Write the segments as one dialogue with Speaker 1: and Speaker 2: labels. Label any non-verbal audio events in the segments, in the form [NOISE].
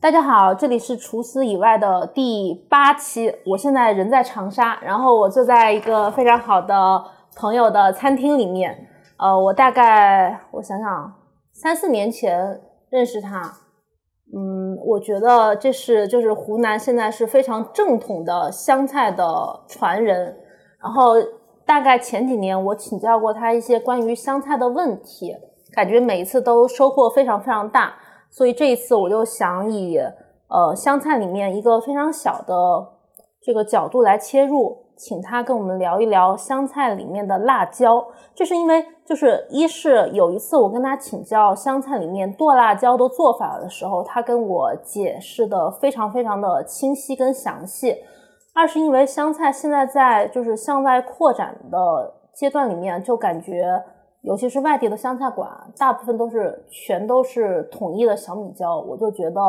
Speaker 1: 大家好，这里是除此以外的第八期。我现在人在长沙，然后我坐在一个非常好的朋友的餐厅里面。呃，我大概我想想，三四年前认识他。嗯，我觉得这是就是湖南现在是非常正统的湘菜的传人。然后大概前几年我请教过他一些关于湘菜的问题，感觉每一次都收获非常非常大。所以这一次我就想以呃湘菜里面一个非常小的这个角度来切入，请他跟我们聊一聊湘菜里面的辣椒。这是因为就是一是有一次我跟他请教湘菜里面剁辣椒的做法的时候，他跟我解释的非常非常的清晰跟详细；二是因为湘菜现在在就是向外扩展的阶段里面，就感觉。尤其是外地的湘菜馆，大部分都是全都是统一的小米椒，我就觉得，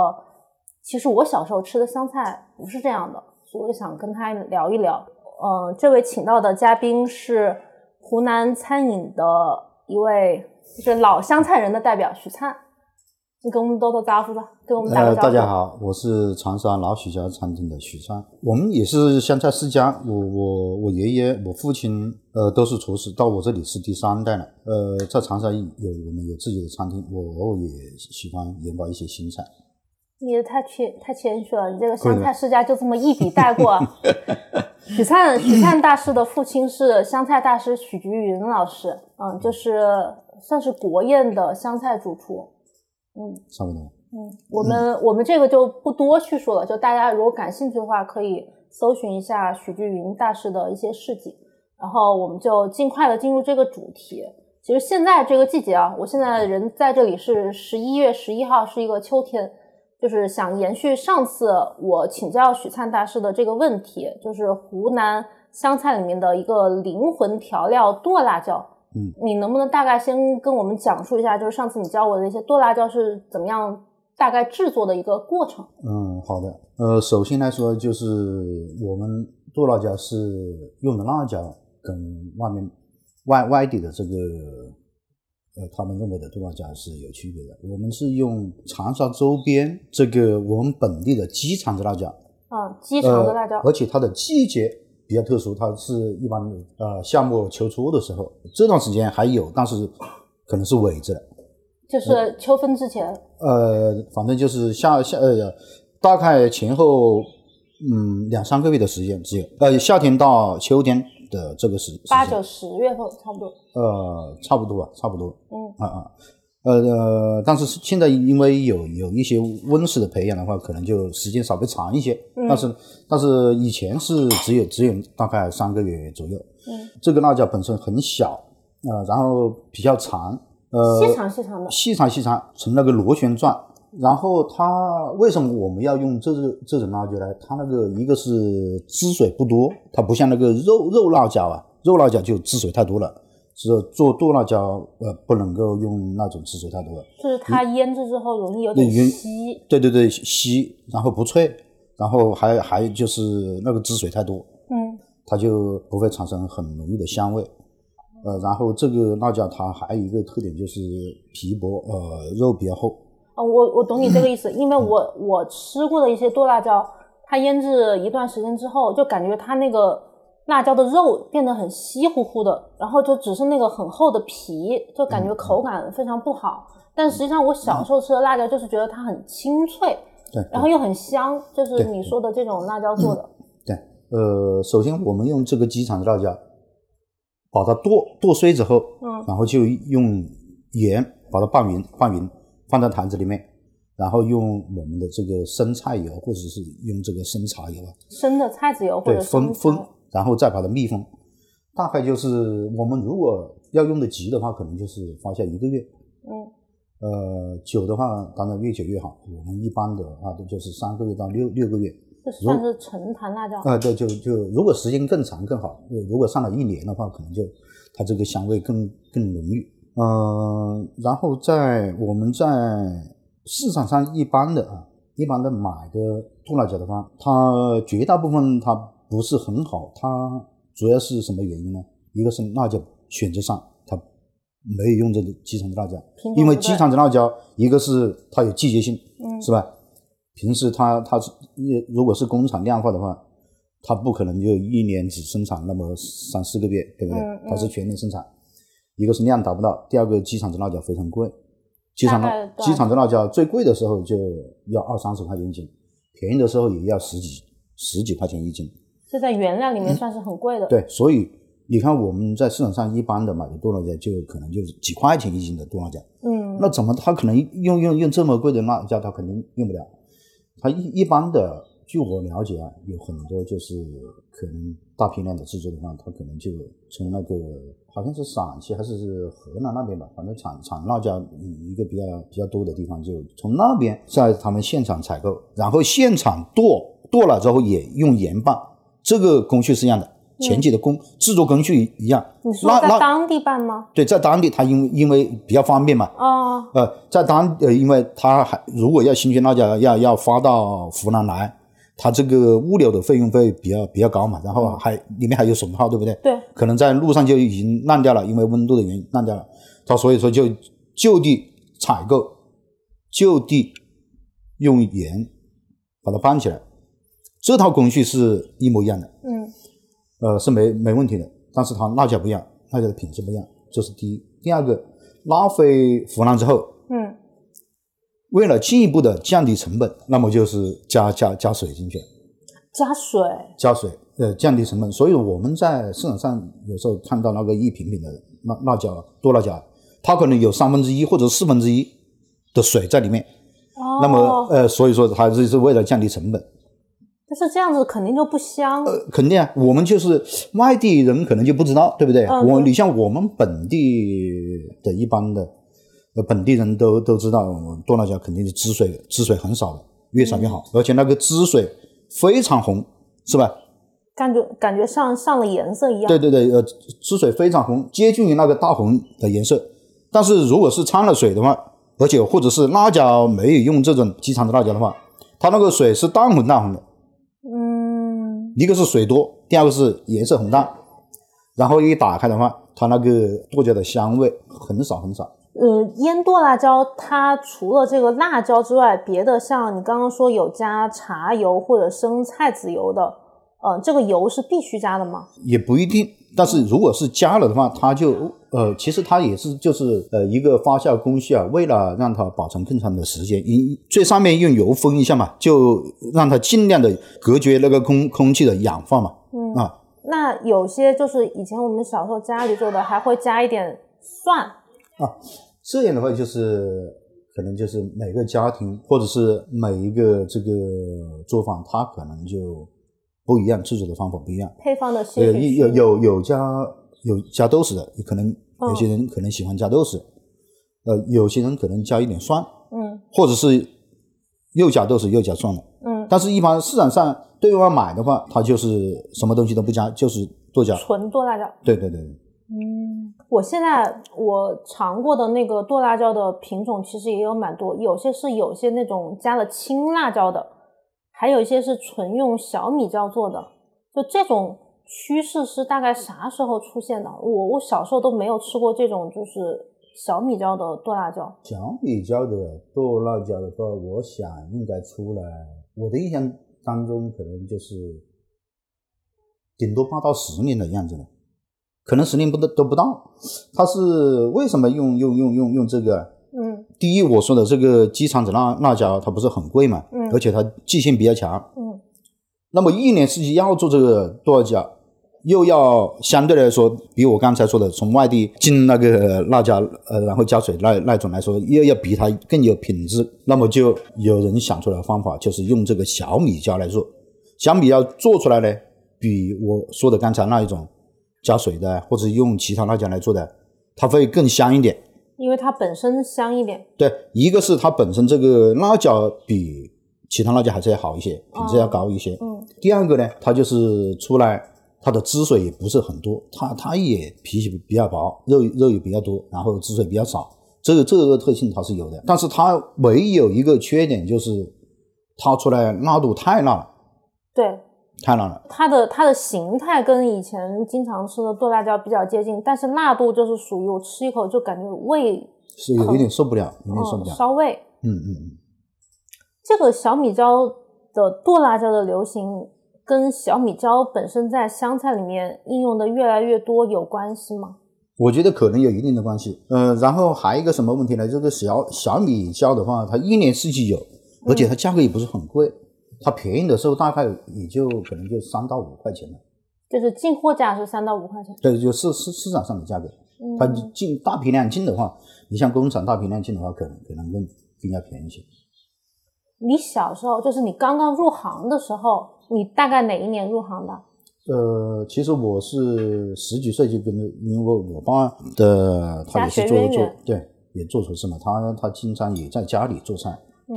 Speaker 1: 其实我小时候吃的湘菜不是这样的，所以我就想跟他聊一聊。嗯、这位请到的嘉宾是湖南餐饮的一位，就是老湘菜人的代表徐灿，你跟我们多多招呼吧，跟我们打个
Speaker 2: 呃，
Speaker 1: 招呼。
Speaker 2: 大家好，我是长沙老许家餐厅的许川，我们也是湘菜世家。我我我爷爷、我父亲，呃，都是厨师，到我这里是第三代了。呃，在长沙有我们有自己的餐厅，我偶尔也喜欢研发一些新菜。
Speaker 1: 你也太谦太谦虚了，你这个
Speaker 2: 会
Speaker 1: 湘
Speaker 2: 的
Speaker 1: 菜世家就这么一笔带过。 [LAUGHS] 许灿许灿大师的父亲是湘菜大师许菊云老师，嗯，就是算是国宴的湘菜主厨。
Speaker 2: 差不多。
Speaker 1: 嗯，我们、我们这个就不多叙述了，就大家如果感兴趣的话，可以搜寻一下许菊云大师的一些事迹。然后我们就尽快的进入这个主题。其实现在这个季节啊，我现在人在这里是十一月十一号，是一个秋天，就是想延续上次我请教许灿大师的这个问题，就是湖南湘菜里面的一个灵魂调料剁辣椒。
Speaker 2: 嗯，
Speaker 1: 你能不能大概先跟我们讲述一下，就是上次你教我的一些剁辣椒是怎么样大概制作的一个过程？
Speaker 2: 嗯，好的。呃，首先来说，就是我们剁辣椒是用的辣椒，跟外面外外地的这个呃他们认为的剁辣椒是有区别的。我们是用长沙周边这个我们本地的鸡肠子辣椒，
Speaker 1: 嗯，鸡肠子
Speaker 2: 呃
Speaker 1: 辣椒，
Speaker 2: 而且它的季节比较特殊，它是一般呃夏末秋初的时候，这段时间还有，但是可能是尾着了。
Speaker 1: 就是秋分之前，
Speaker 2: 呃，反正就是夏夏呃，大概前后嗯两三个月的时间只有，呃，夏天到秋天的这个时时
Speaker 1: 八
Speaker 2: 间
Speaker 1: 九十月份差不多。
Speaker 2: 呃，差不多吧，差不多
Speaker 1: 嗯
Speaker 2: 啊啊，呃呃，但是现在因为有有一些温室的培养的话，可能就时间稍微长一些，
Speaker 1: 嗯
Speaker 2: 但是但是以前是只有只有大概三个月左右，
Speaker 1: 嗯，
Speaker 2: 这个辣椒本身很小，呃，然后比较长，呃，
Speaker 1: 细长细长的，
Speaker 2: 细长细长成那个螺旋状。然后它为什么我们要用这种这种辣椒呢？它那个一个是汁水不多，它不像那个肉肉辣椒啊，肉辣椒就汁水太多了。只有做剁辣椒，呃，不能够用那种汁水太多了。
Speaker 1: 就是它腌制之后容易有
Speaker 2: 嗯那
Speaker 1: 点
Speaker 2: 原
Speaker 1: 稀。
Speaker 2: 对对对，稀，然后不脆，然后还还就是那个汁水太多，
Speaker 1: 嗯
Speaker 2: 它就不会产生很浓郁的香味。呃，然后这个辣椒它还有一个特点就是皮薄，呃，肉比较厚。
Speaker 1: 啊，我我懂你
Speaker 2: 嗯
Speaker 1: 这个意思，因为我我吃过的一些剁辣椒，它腌制一段时间之后，就感觉它那个辣椒的肉变得很稀乎乎的，然后就只是那个很厚的皮，就感
Speaker 2: 嗯
Speaker 1: 觉口感非常不好。但实际上，我小时候吃的辣椒就是觉得它很清脆，
Speaker 2: 对，
Speaker 1: 然后又很香，就是
Speaker 2: 对嗯
Speaker 1: 你说的这种辣椒做的。
Speaker 2: 对，呃，首先我们用这个鸡肠的辣椒，把它剁剁碎之后，
Speaker 1: 嗯
Speaker 2: 然后就用盐把它拌匀，拌匀放在坛子里面，然后用我们的这个生菜油或者是用这个生茶油啊，
Speaker 1: 生的菜籽油或
Speaker 2: 对，
Speaker 1: 者
Speaker 2: 封
Speaker 1: 生
Speaker 2: 封，然后再把它密封，大概就是我们如果要用的急的话，可能就是发酵一个月，
Speaker 1: 嗯
Speaker 2: 呃，久的话当然越久越好，我们一般的话都就是三个月到六六个月，
Speaker 1: 就算是陈坛辣椒。
Speaker 2: 啊，对，就就如果时间更长更好，呃如果上了一年的话，可能就它这个香味更更浓郁。嗯、然后在我们在市场上一般的啊，一般的买的剁辣椒的话，它绝大部分它不是很好，它主要是什么原因呢？一个是辣椒选择上它没有用这个鸡肠的辣椒
Speaker 1: 品种，
Speaker 2: 因为
Speaker 1: 不对
Speaker 2: 鸡肠的辣椒一个是它有季节性，
Speaker 1: 嗯
Speaker 2: 是吧？平时它它是如果是工厂量化的话，它不可能就一年只生产那么三四个月，对不对？
Speaker 1: 嗯嗯
Speaker 2: 它是全年生产，一个是量达不到，第二个机场的辣椒非常贵，机
Speaker 1: 大
Speaker 2: 场
Speaker 1: 概
Speaker 2: 的
Speaker 1: 多少
Speaker 2: 机场的辣椒最贵的时候就要二三十块钱一斤，便宜的时候也要十几十几块钱一斤。
Speaker 1: 这在原料里面算是很贵的。，
Speaker 2: 嗯对，所以你看我们在市场上一般的买的剁辣椒就可能就是几块钱一斤的剁辣椒。
Speaker 1: 嗯，
Speaker 2: 那怎么他可能用用用这么贵的辣椒，他肯定用不了。他一一般的，据我了解啊，有很多就是可能大批量的制作的话，他可能就从那个好像是陕西还是河南那边吧，反正产产辣椒嗯一个比较比较多的地方，就从那边在他们现场采购，然后现场剁剁了之后也用盐拌，这个工序是一样的，前期的工、制作工序一样
Speaker 1: 嗯你。说
Speaker 2: 辣
Speaker 1: 在
Speaker 2: 辣
Speaker 1: 当地办吗？
Speaker 2: 对，在当地他因为因为比较方便嘛，
Speaker 1: 哦，
Speaker 2: 呃，在当呃，因为他还如果要新鲜辣椒要要发到湖南来，他这个物流的费用会比较比较高嘛，然后还里面还有损耗，对不对？
Speaker 1: 对，
Speaker 2: 可能在路上就已经烂掉了，因为温度的原因烂掉了。他所以说就就地采购，就地用盐把它拌起来，这套工序是一模一样的。
Speaker 1: 嗯
Speaker 2: 呃，是没没问题的。但是它辣椒不一样，辣椒的品质不一样，这是第一。第二个，拉回湖南之后，
Speaker 1: 嗯，
Speaker 2: 为了进一步的降低成本，那么就是加加加水进去，
Speaker 1: 加水，
Speaker 2: 加水，呃，降低成本。所以我们在市场上有时候看到那个一瓶瓶的辣辣椒剁辣椒，它可能有三分之一或者四分之一的水在里面。
Speaker 1: 哦，
Speaker 2: 那么，呃，所以说它这是为了降低成本。
Speaker 1: 但是这样子肯定就不香。
Speaker 2: 肯定啊，我们就是外地人，可能就不知道，对不对？
Speaker 1: 嗯
Speaker 2: 我
Speaker 1: 对
Speaker 2: 你像我们本地的一般的，呃，本地人都都知道，剁辣椒肯定是汁水，汁水很少的，越少越好，而且那个汁水非常红，是吧？
Speaker 1: 感觉感觉像上了颜色一样。
Speaker 2: 对对对，呃，汁水非常红，接近于那个大红的颜色。但是如果是掺了水的话，而且或者是辣椒没有用这种机场的辣椒的话，它那个水是淡红淡红的，
Speaker 1: 嗯，
Speaker 2: 一个是水多，第二个是颜色很淡，然后一打开的话，它那个剁椒的香味很少很少。
Speaker 1: 呃，腌剁辣椒它除了这个辣椒之外，别的像你刚刚说有加茶油或者生菜籽油的，呃，这个油是必须加的吗？
Speaker 2: 也不一定。但是如果是加了的话，它就呃，其实它也是就是呃一个发酵工序啊，为了让它保存更长的时间，因最上面用油封一下嘛，就让它尽量的隔绝那个空空气的氧化嘛。
Speaker 1: 嗯
Speaker 2: 啊，
Speaker 1: 那有些就是以前我们小时候家里做的，还会加一点蒜。
Speaker 2: 这样的话就是可能就是每个家庭或者是每一个这个作坊，它可能就不一样，制作的方法不一样。
Speaker 1: 配方的些
Speaker 2: 有
Speaker 1: 许
Speaker 2: 一
Speaker 1: 区
Speaker 2: 有
Speaker 1: 别
Speaker 2: 有有加有加豆豉的，可能
Speaker 1: 嗯
Speaker 2: 有些人可能喜欢加豆豉，呃，有些人可能加一点蒜，
Speaker 1: 嗯
Speaker 2: 或者是又加豆豉又加蒜了。
Speaker 1: 嗯，
Speaker 2: 但是，一般市场上对外买的话，它就是什么东西都不加，就是剁椒。
Speaker 1: 纯剁辣椒。
Speaker 2: 对对对，
Speaker 1: 嗯，我现在我尝过的那个剁辣椒的品种其实也有蛮多，有些是有些那种加了青辣椒的，还有一些是纯用小米椒做的。就这种趋势是大概啥时候出现的？我我小时候都没有吃过这种就是小米椒的剁辣椒。
Speaker 2: 小米椒的剁辣椒的话，我想应该出来，我的印象当中可能就是顶多八到十年的样子了，可能十年不都都不到。它是为什么用用用用用这个啊？
Speaker 1: 嗯
Speaker 2: 第一，我说的这个鸡肠子辣辣椒，它不是很贵嘛，
Speaker 1: 嗯
Speaker 2: 而且它季性比较强。
Speaker 1: 嗯
Speaker 2: 那么一年四季要做这个剁椒，又要相对来说，比我刚才说的从外地进那个辣椒，呃，然后加水那那种来说，又要比它更有品质。那么就有人想出来的方法，就是用这个小米椒来做。小米椒做出来呢，比我说的刚才那一种加水的，或者用其他辣椒来做的，它会更香一点。
Speaker 1: 因为它本身香一点。
Speaker 2: 对，一个是它本身这个辣椒比其他辣椒还是要好一些，品质要高一些。
Speaker 1: 嗯
Speaker 2: 第二个呢，它就是出来它的汁水也不是很多，它它也皮比较薄，肉肉也比较多，然后汁水比较少，这个这个特性它是有的。但是它唯有一个缺点就是，它出来辣度太辣了，
Speaker 1: 对，
Speaker 2: 太辣了。
Speaker 1: 它的它的形态跟以前经常吃的剁辣椒比较接近，但是辣度就是属于我吃一口就感觉胃
Speaker 2: 是有一点受不了，有点受不
Speaker 1: 嗯
Speaker 2: 了。
Speaker 1: 骚味。
Speaker 2: 嗯嗯嗯，
Speaker 1: 这个小米椒的剁辣椒的流行，跟小米椒本身在湘菜里面应用的越来越多有关系吗？
Speaker 2: 我觉得可能有一定的关系。呃，然后还有一个什么问题呢？这个小小米椒的话，它一年四季有，而且它价格也不是很贵，它便宜的时候大概也就可能就三到五块钱了。
Speaker 1: 就是进货价是三到五块钱。
Speaker 2: 对，就市市市场上的价格，它
Speaker 1: 嗯，
Speaker 2: 进大批量进的话，你像工厂大批量进的话，可能可能更更加便宜一些。
Speaker 1: 你小时候就是你刚刚入行的时候，你大概哪一年入行的？
Speaker 2: 呃，其实我是十几岁就跟着，因为我爸的他
Speaker 1: 家
Speaker 2: 也是
Speaker 1: 学
Speaker 2: 做
Speaker 1: 渊
Speaker 2: 做
Speaker 1: 源
Speaker 2: 对，也做厨师嘛，他他经常也在家里做菜。
Speaker 1: 嗯，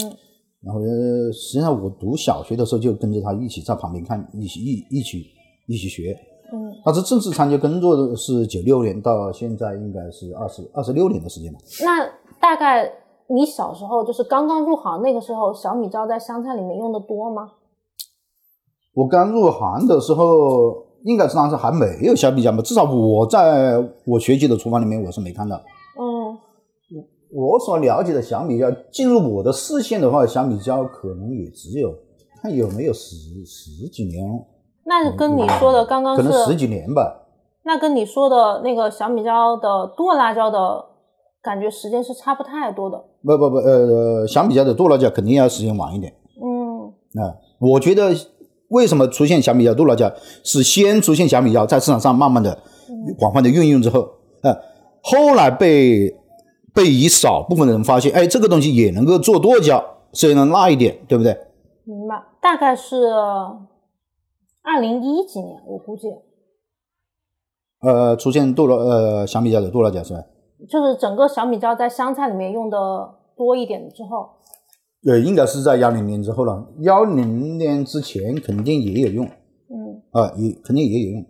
Speaker 2: 然后呃，实际上我读小学的时候就跟着他一起在旁边看，一起一一起一起学。
Speaker 1: 嗯，
Speaker 2: 但是正式参加工作的是九六年到现在应该是二十二十六年的时间了。
Speaker 1: 那大概你小时候就是刚刚入行那个时候，小米椒在湘菜里面用的多吗？
Speaker 2: 我刚入行的时候，应该是当时还没有小米椒嘛，至少我在我学习的厨房里面我是没看到。
Speaker 1: 嗯，
Speaker 2: 我所了解的小米椒进入我的视线的话，小米椒可能也只有看有没有十十几年，
Speaker 1: 那跟你说的刚刚
Speaker 2: 可
Speaker 1: 是
Speaker 2: 能十几年吧。
Speaker 1: 那跟你说的那个小米椒的剁辣椒的感觉时间是差不太多的。
Speaker 2: 不不不，呃，小米椒的剁辣椒肯定要时间晚一点
Speaker 1: 嗯，
Speaker 2: 啊、我觉得为什么出现小米椒剁辣椒，是先出现小米椒在市场上慢慢的广泛的运用之后，呃，后来被被一少部分的人发现，哎，这个东西也能够做剁椒，虽然辣一点，对不对？
Speaker 1: 明白，大概是二零一几年，我估计
Speaker 2: 呃，出现剁辣呃小米椒的剁辣椒是吧？
Speaker 1: 就是整个小米椒在湘菜里面用的多一点之后，
Speaker 2: 呃，应该是在幺零年之后了。幺零年之前肯定也有用
Speaker 1: 嗯，
Speaker 2: 啊、也肯定也有用。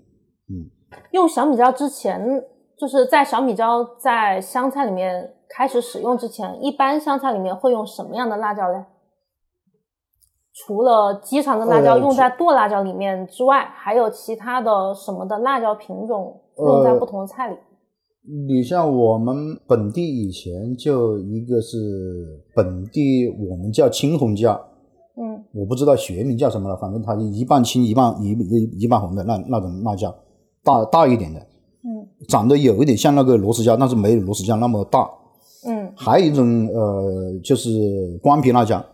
Speaker 1: 用小米椒之前，就是在小米椒在湘菜里面开始使用之前，一般湘菜里面会用什么样的辣椒嘞？除了鸡肠的辣椒
Speaker 2: 呃
Speaker 1: 用在剁辣椒里面之外，还有其他的什么的辣椒品种
Speaker 2: 呃
Speaker 1: 用在不同的菜里？
Speaker 2: 你像我们本地以前就一个是本地我们叫青红椒，
Speaker 1: 嗯
Speaker 2: 我不知道学名叫什么了，反正它一半青一半一一一半红的那那种辣椒，大大一点的，
Speaker 1: 嗯
Speaker 2: 长得有一点像那个螺丝椒，但是没有螺丝椒那么大。
Speaker 1: 嗯，
Speaker 2: 还有一种呃，就是光皮辣椒，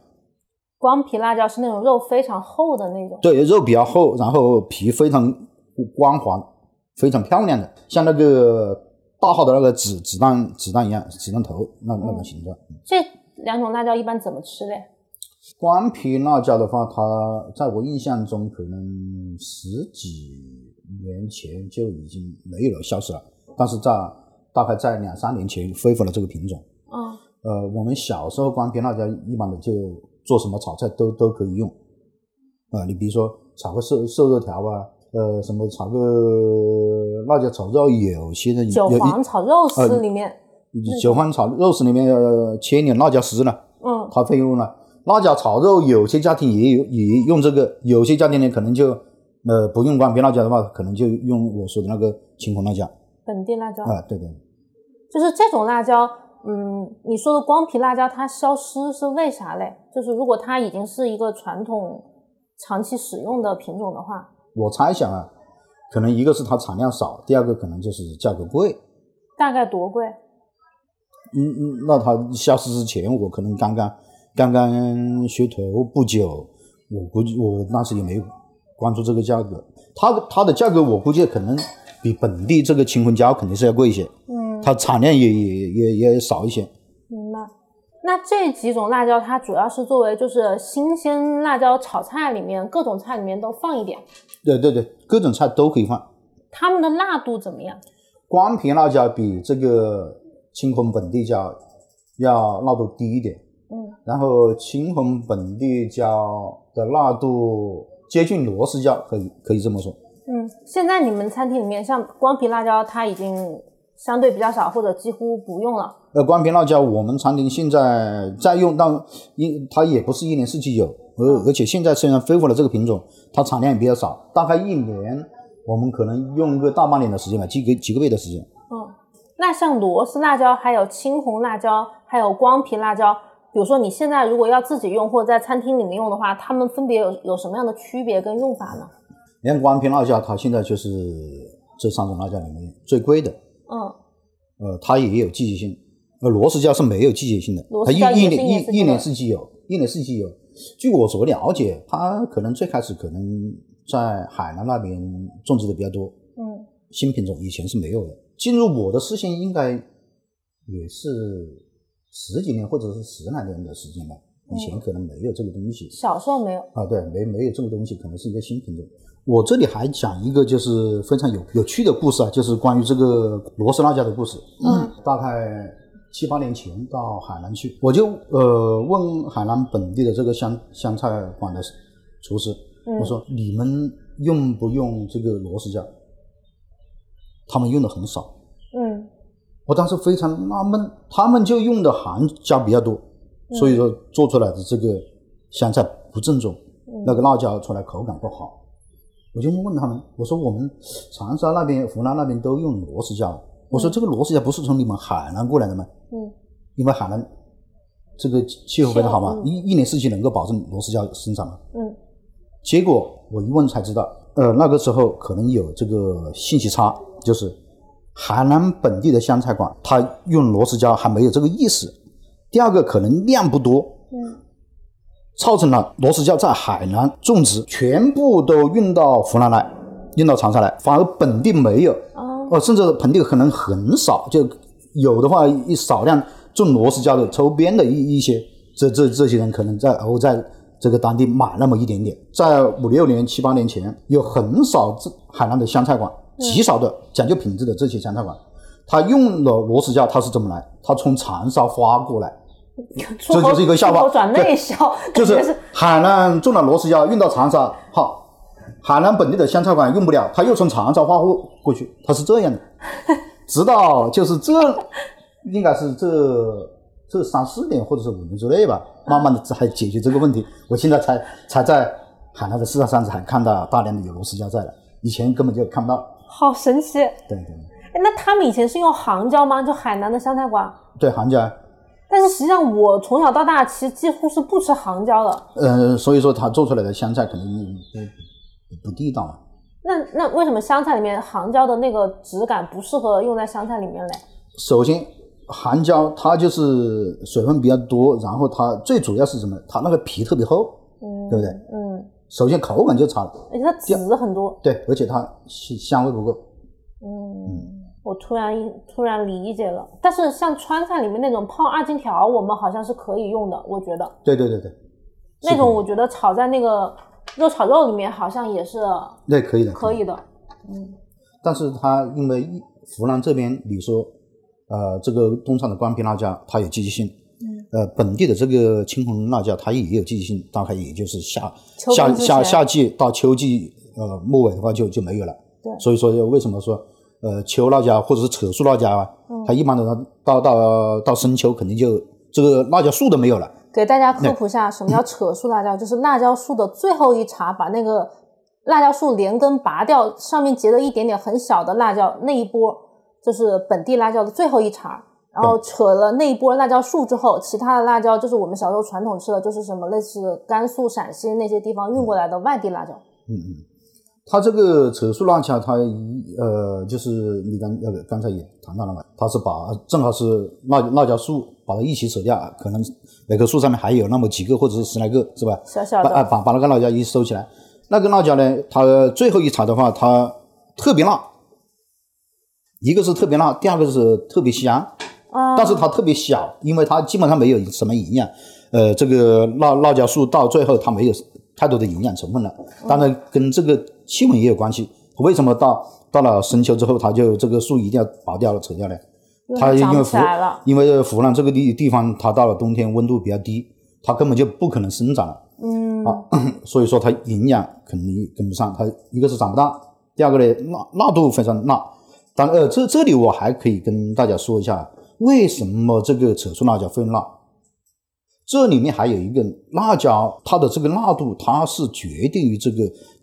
Speaker 1: 光皮辣椒是那种肉非常厚的那种。
Speaker 2: 对，肉比较厚，然后皮非常光滑，非常漂亮的，像那个大号的那个子子弹子弹一样，子弹头那那种形状。
Speaker 1: 这两种辣椒一般怎么吃嘞？
Speaker 2: 光皮辣椒的话，它在我印象中可能十几年前就已经没有了，消失了。但是在大概在两三年前恢复了这个品种。
Speaker 1: 嗯
Speaker 2: 呃，我们小时候光皮辣椒一般的就做什么炒菜都都可以用，啊、你比如说炒个瘦瘦肉条啊，呃，什么炒个辣椒炒肉，有些人
Speaker 1: 韭
Speaker 2: 有
Speaker 1: 黄炒肉
Speaker 2: 呃
Speaker 1: 丝里面，
Speaker 2: 一韭黄炒肉丝里面呃切一点辣椒丝呢，
Speaker 1: 嗯
Speaker 2: 它会用了。辣椒炒肉，有些家庭也有也用这个，有些家庭呢可能就呃不用光皮辣椒的话，可能就用我说的那个青红辣椒
Speaker 1: 本地辣椒。
Speaker 2: 啊、对对。
Speaker 1: 就是这种辣椒，嗯，你说的光皮辣椒它消失是为啥嘞？就是如果它已经是一个传统长期使用的品种的话，
Speaker 2: 我猜想啊，可能一个是它产量少，第二个可能就是价格贵。
Speaker 1: 大概多贵？
Speaker 2: 嗯嗯，那它消失之前，我可能刚刚刚刚学徒不久，我估计我当时也没关注这个价格。它它的价格我估计可能比本地这个青红椒肯定是要贵一些，
Speaker 1: 嗯，
Speaker 2: 它产量也也也也少一些。
Speaker 1: 明白。那这几种辣椒，它主要是作为就是新鲜辣椒炒菜里面各种菜里面都放一点，
Speaker 2: 对对对，各种菜都可以放。
Speaker 1: 它们的辣度怎么样？
Speaker 2: 光皮辣椒比这个青红本地椒要辣度低一点，
Speaker 1: 嗯
Speaker 2: 然后青红本地椒的辣度接近螺丝椒，可以可以这么说。
Speaker 1: 嗯，现在你们餐厅里面像光皮辣椒，它已经相对比较少或者几乎不用了。
Speaker 2: 呃，光皮辣椒我们餐厅现在在用，但一它也不是一年四季有，而而且现在虽然恢复了这个品种，它产量也比较少，大概一年我们可能用个大半年的时间吧，几个几个月的时间。
Speaker 1: 嗯，那像螺丝辣椒、还有青红辣椒、还有光皮辣椒，比如说你现在如果要自己用或者在餐厅里面用的话，它们分别有有什么样的区别跟用法呢？
Speaker 2: 你看光平辣椒，它现在就是这三种辣椒里面最贵的，
Speaker 1: 嗯，
Speaker 2: 呃，它也有季节性。呃，罗氏椒是没有季节性的
Speaker 1: 罗，
Speaker 2: 它
Speaker 1: 氏
Speaker 2: 一
Speaker 1: 椒
Speaker 2: 一
Speaker 1: 也是一
Speaker 2: 年
Speaker 1: 年
Speaker 2: 一
Speaker 1: 四季
Speaker 2: 一年
Speaker 1: 的
Speaker 2: 四季有，一年四季有。据我所了解，它可能最开始可能在海南那边种植的比较多，
Speaker 1: 嗯，
Speaker 2: 新品种以前是没有的。进入我的视线应该也是十几年或者是十来年的时间了，以前可能没有这个东西。
Speaker 1: 小时候没有，
Speaker 2: 啊，对，没没有这个东西，可能是一个新品种。我这里还讲一个就是非常有有趣的故事啊，就是关于这个罗氏辣椒的故事。
Speaker 1: 嗯，
Speaker 2: 大概七八年前到海南去，我就呃问海南本地的这个湘湘菜馆的厨师，
Speaker 1: 嗯
Speaker 2: 我说你们用不用这个罗氏椒？他们用的很少，
Speaker 1: 嗯
Speaker 2: 我当时非常纳闷，他们就用的含椒比较多，
Speaker 1: 嗯
Speaker 2: 所以说做出来的这个香菜不正宗，
Speaker 1: 嗯
Speaker 2: 那个辣椒出来口感不好。我就问他们，我说我们长沙那边、湖南那边都用罗氏椒，我说这个罗氏椒不是从你们海南过来的吗？
Speaker 1: 嗯
Speaker 2: 你们海南这个气候非常好
Speaker 1: 气
Speaker 2: 嘛
Speaker 1: 候，嗯
Speaker 2: 一一年四季能够保证罗氏椒生产吗？
Speaker 1: 嗯
Speaker 2: 结果我一问才知道，呃，那个时候可能有这个信息差，就是海南本地的湘菜馆，它用螺丝椒还没有这个意识。第二个可能量不多，
Speaker 1: 嗯
Speaker 2: 造成了螺丝椒在海南种植全部都运到湖南来，运到长沙来，反而本地没有，
Speaker 1: 啊
Speaker 2: 哦，甚至盆地可能很少，就有的话一少量种螺丝椒的周边的一一些，这这这些人可能在偶尔在这个当地买那么一点点，在五六年七八年前，有很少这海南的湘菜馆，极少的讲究品质的这些湘菜馆，他用了螺丝椒，他是怎么来？他从长沙发过来，
Speaker 1: 出口
Speaker 2: 这就是一个笑话
Speaker 1: 出口转内销，
Speaker 2: 就
Speaker 1: 感觉
Speaker 2: 是
Speaker 1: 是
Speaker 2: 海南种了螺丝椒运到长沙，好，海南本地的湘菜馆用不了，他又从长沙发货过去，他是这样
Speaker 1: [LAUGHS]
Speaker 2: 的，直到就是这，应该是这这三四年或者是五年之内吧，慢慢的才解决这个问题。我现在才才在海南的市场上才看到大量的有螺丝椒在了，以前根本就看不到。
Speaker 1: 好神奇。哎
Speaker 2: 对对
Speaker 1: 那他们以前是用杭椒吗？就海南的湘菜馆？
Speaker 2: 对，杭椒，
Speaker 1: 但是实际上，我从小到大其实几乎是不吃杭椒的。
Speaker 2: 呃，所以说他做出来的湘菜可能不不地道嘛。
Speaker 1: 那那为什么湘菜里面杭椒的那个质感不适合用在湘菜里面嘞？
Speaker 2: 首先，含椒它就是水分比较多，然后它最主要是什么？它那个皮特别厚，
Speaker 1: 嗯，
Speaker 2: 对不对？
Speaker 1: 嗯，
Speaker 2: 首先口感就差了，
Speaker 1: 而且它籽很多。
Speaker 2: 对，而且它香香味不够。
Speaker 1: 嗯，我突然一突然理解了。但是像川菜里面那种泡二荆条，我们好像是可以用的，我觉得
Speaker 2: 对对对对，
Speaker 1: 那种我觉得炒在那个肉炒肉里面好像也是
Speaker 2: 那可以的，
Speaker 1: 可以的。
Speaker 2: 但是它因为湖南这边，你说，呃，这个东厂的光平辣椒它有积极性，嗯，呃，本地的这个青红辣椒它也有积极性，大概也就是夏
Speaker 1: 秋冬
Speaker 2: 夏
Speaker 1: 之
Speaker 2: 夏
Speaker 1: 前
Speaker 2: 夏季到秋季呃末尾的话就就没有了。
Speaker 1: 对
Speaker 2: 所以说为什么说呃秋辣椒或者是扯树辣椒啊，
Speaker 1: 嗯
Speaker 2: 它一般的到到到深秋肯定就这个辣椒树都没有了。
Speaker 1: 给大家科普一下，什么叫扯树辣椒？就是辣椒树的最后一茬，把那个辣椒树连根拔掉，上面结了一点点很小的辣椒，那一波就是本地辣椒的最后一茬。然后扯了那一波辣椒树之后，其他的辣椒就是我们小时候传统吃的，就是什么类似甘肃、陕西那些地方运过来的外地辣椒。
Speaker 2: 它这个扯树辣椒，它一呃，就是你刚呃刚才也谈到了嘛，它是把正好是辣辣椒树把它一起扯掉，可能每棵树上面还有那么几个或者是十来个，是吧？
Speaker 1: 小小
Speaker 2: 把
Speaker 1: 的
Speaker 2: 啊把把那个辣椒一收起来，那个辣椒呢，它最后一茬的话，它特别辣，一个是特别辣，第二个是特别香。
Speaker 1: 啊，
Speaker 2: 但是它特别小，因为它基本上没有什么营养。呃，这个辣辣椒素到最后它没有太多的营养成分了，当然跟这个气温也有关系。为什么到到了深秋之后，它就这个树一定要拔掉了、扯掉呢？它因
Speaker 1: 长
Speaker 2: 为
Speaker 1: 不
Speaker 2: 湖
Speaker 1: 起来了。
Speaker 2: 因为湖南这个地地方，它到了冬天温度比较低，它根本就不可能生长了。
Speaker 1: 嗯，
Speaker 2: 所以说它营养肯定跟不上，它一个是长不大，第二个呢辣辣度非常辣。当然，呃，这这里我还可以跟大家说一下，为什么这个扯树辣椒会辣？这里面还有一个辣椒，它的这个辣度它是决定于这个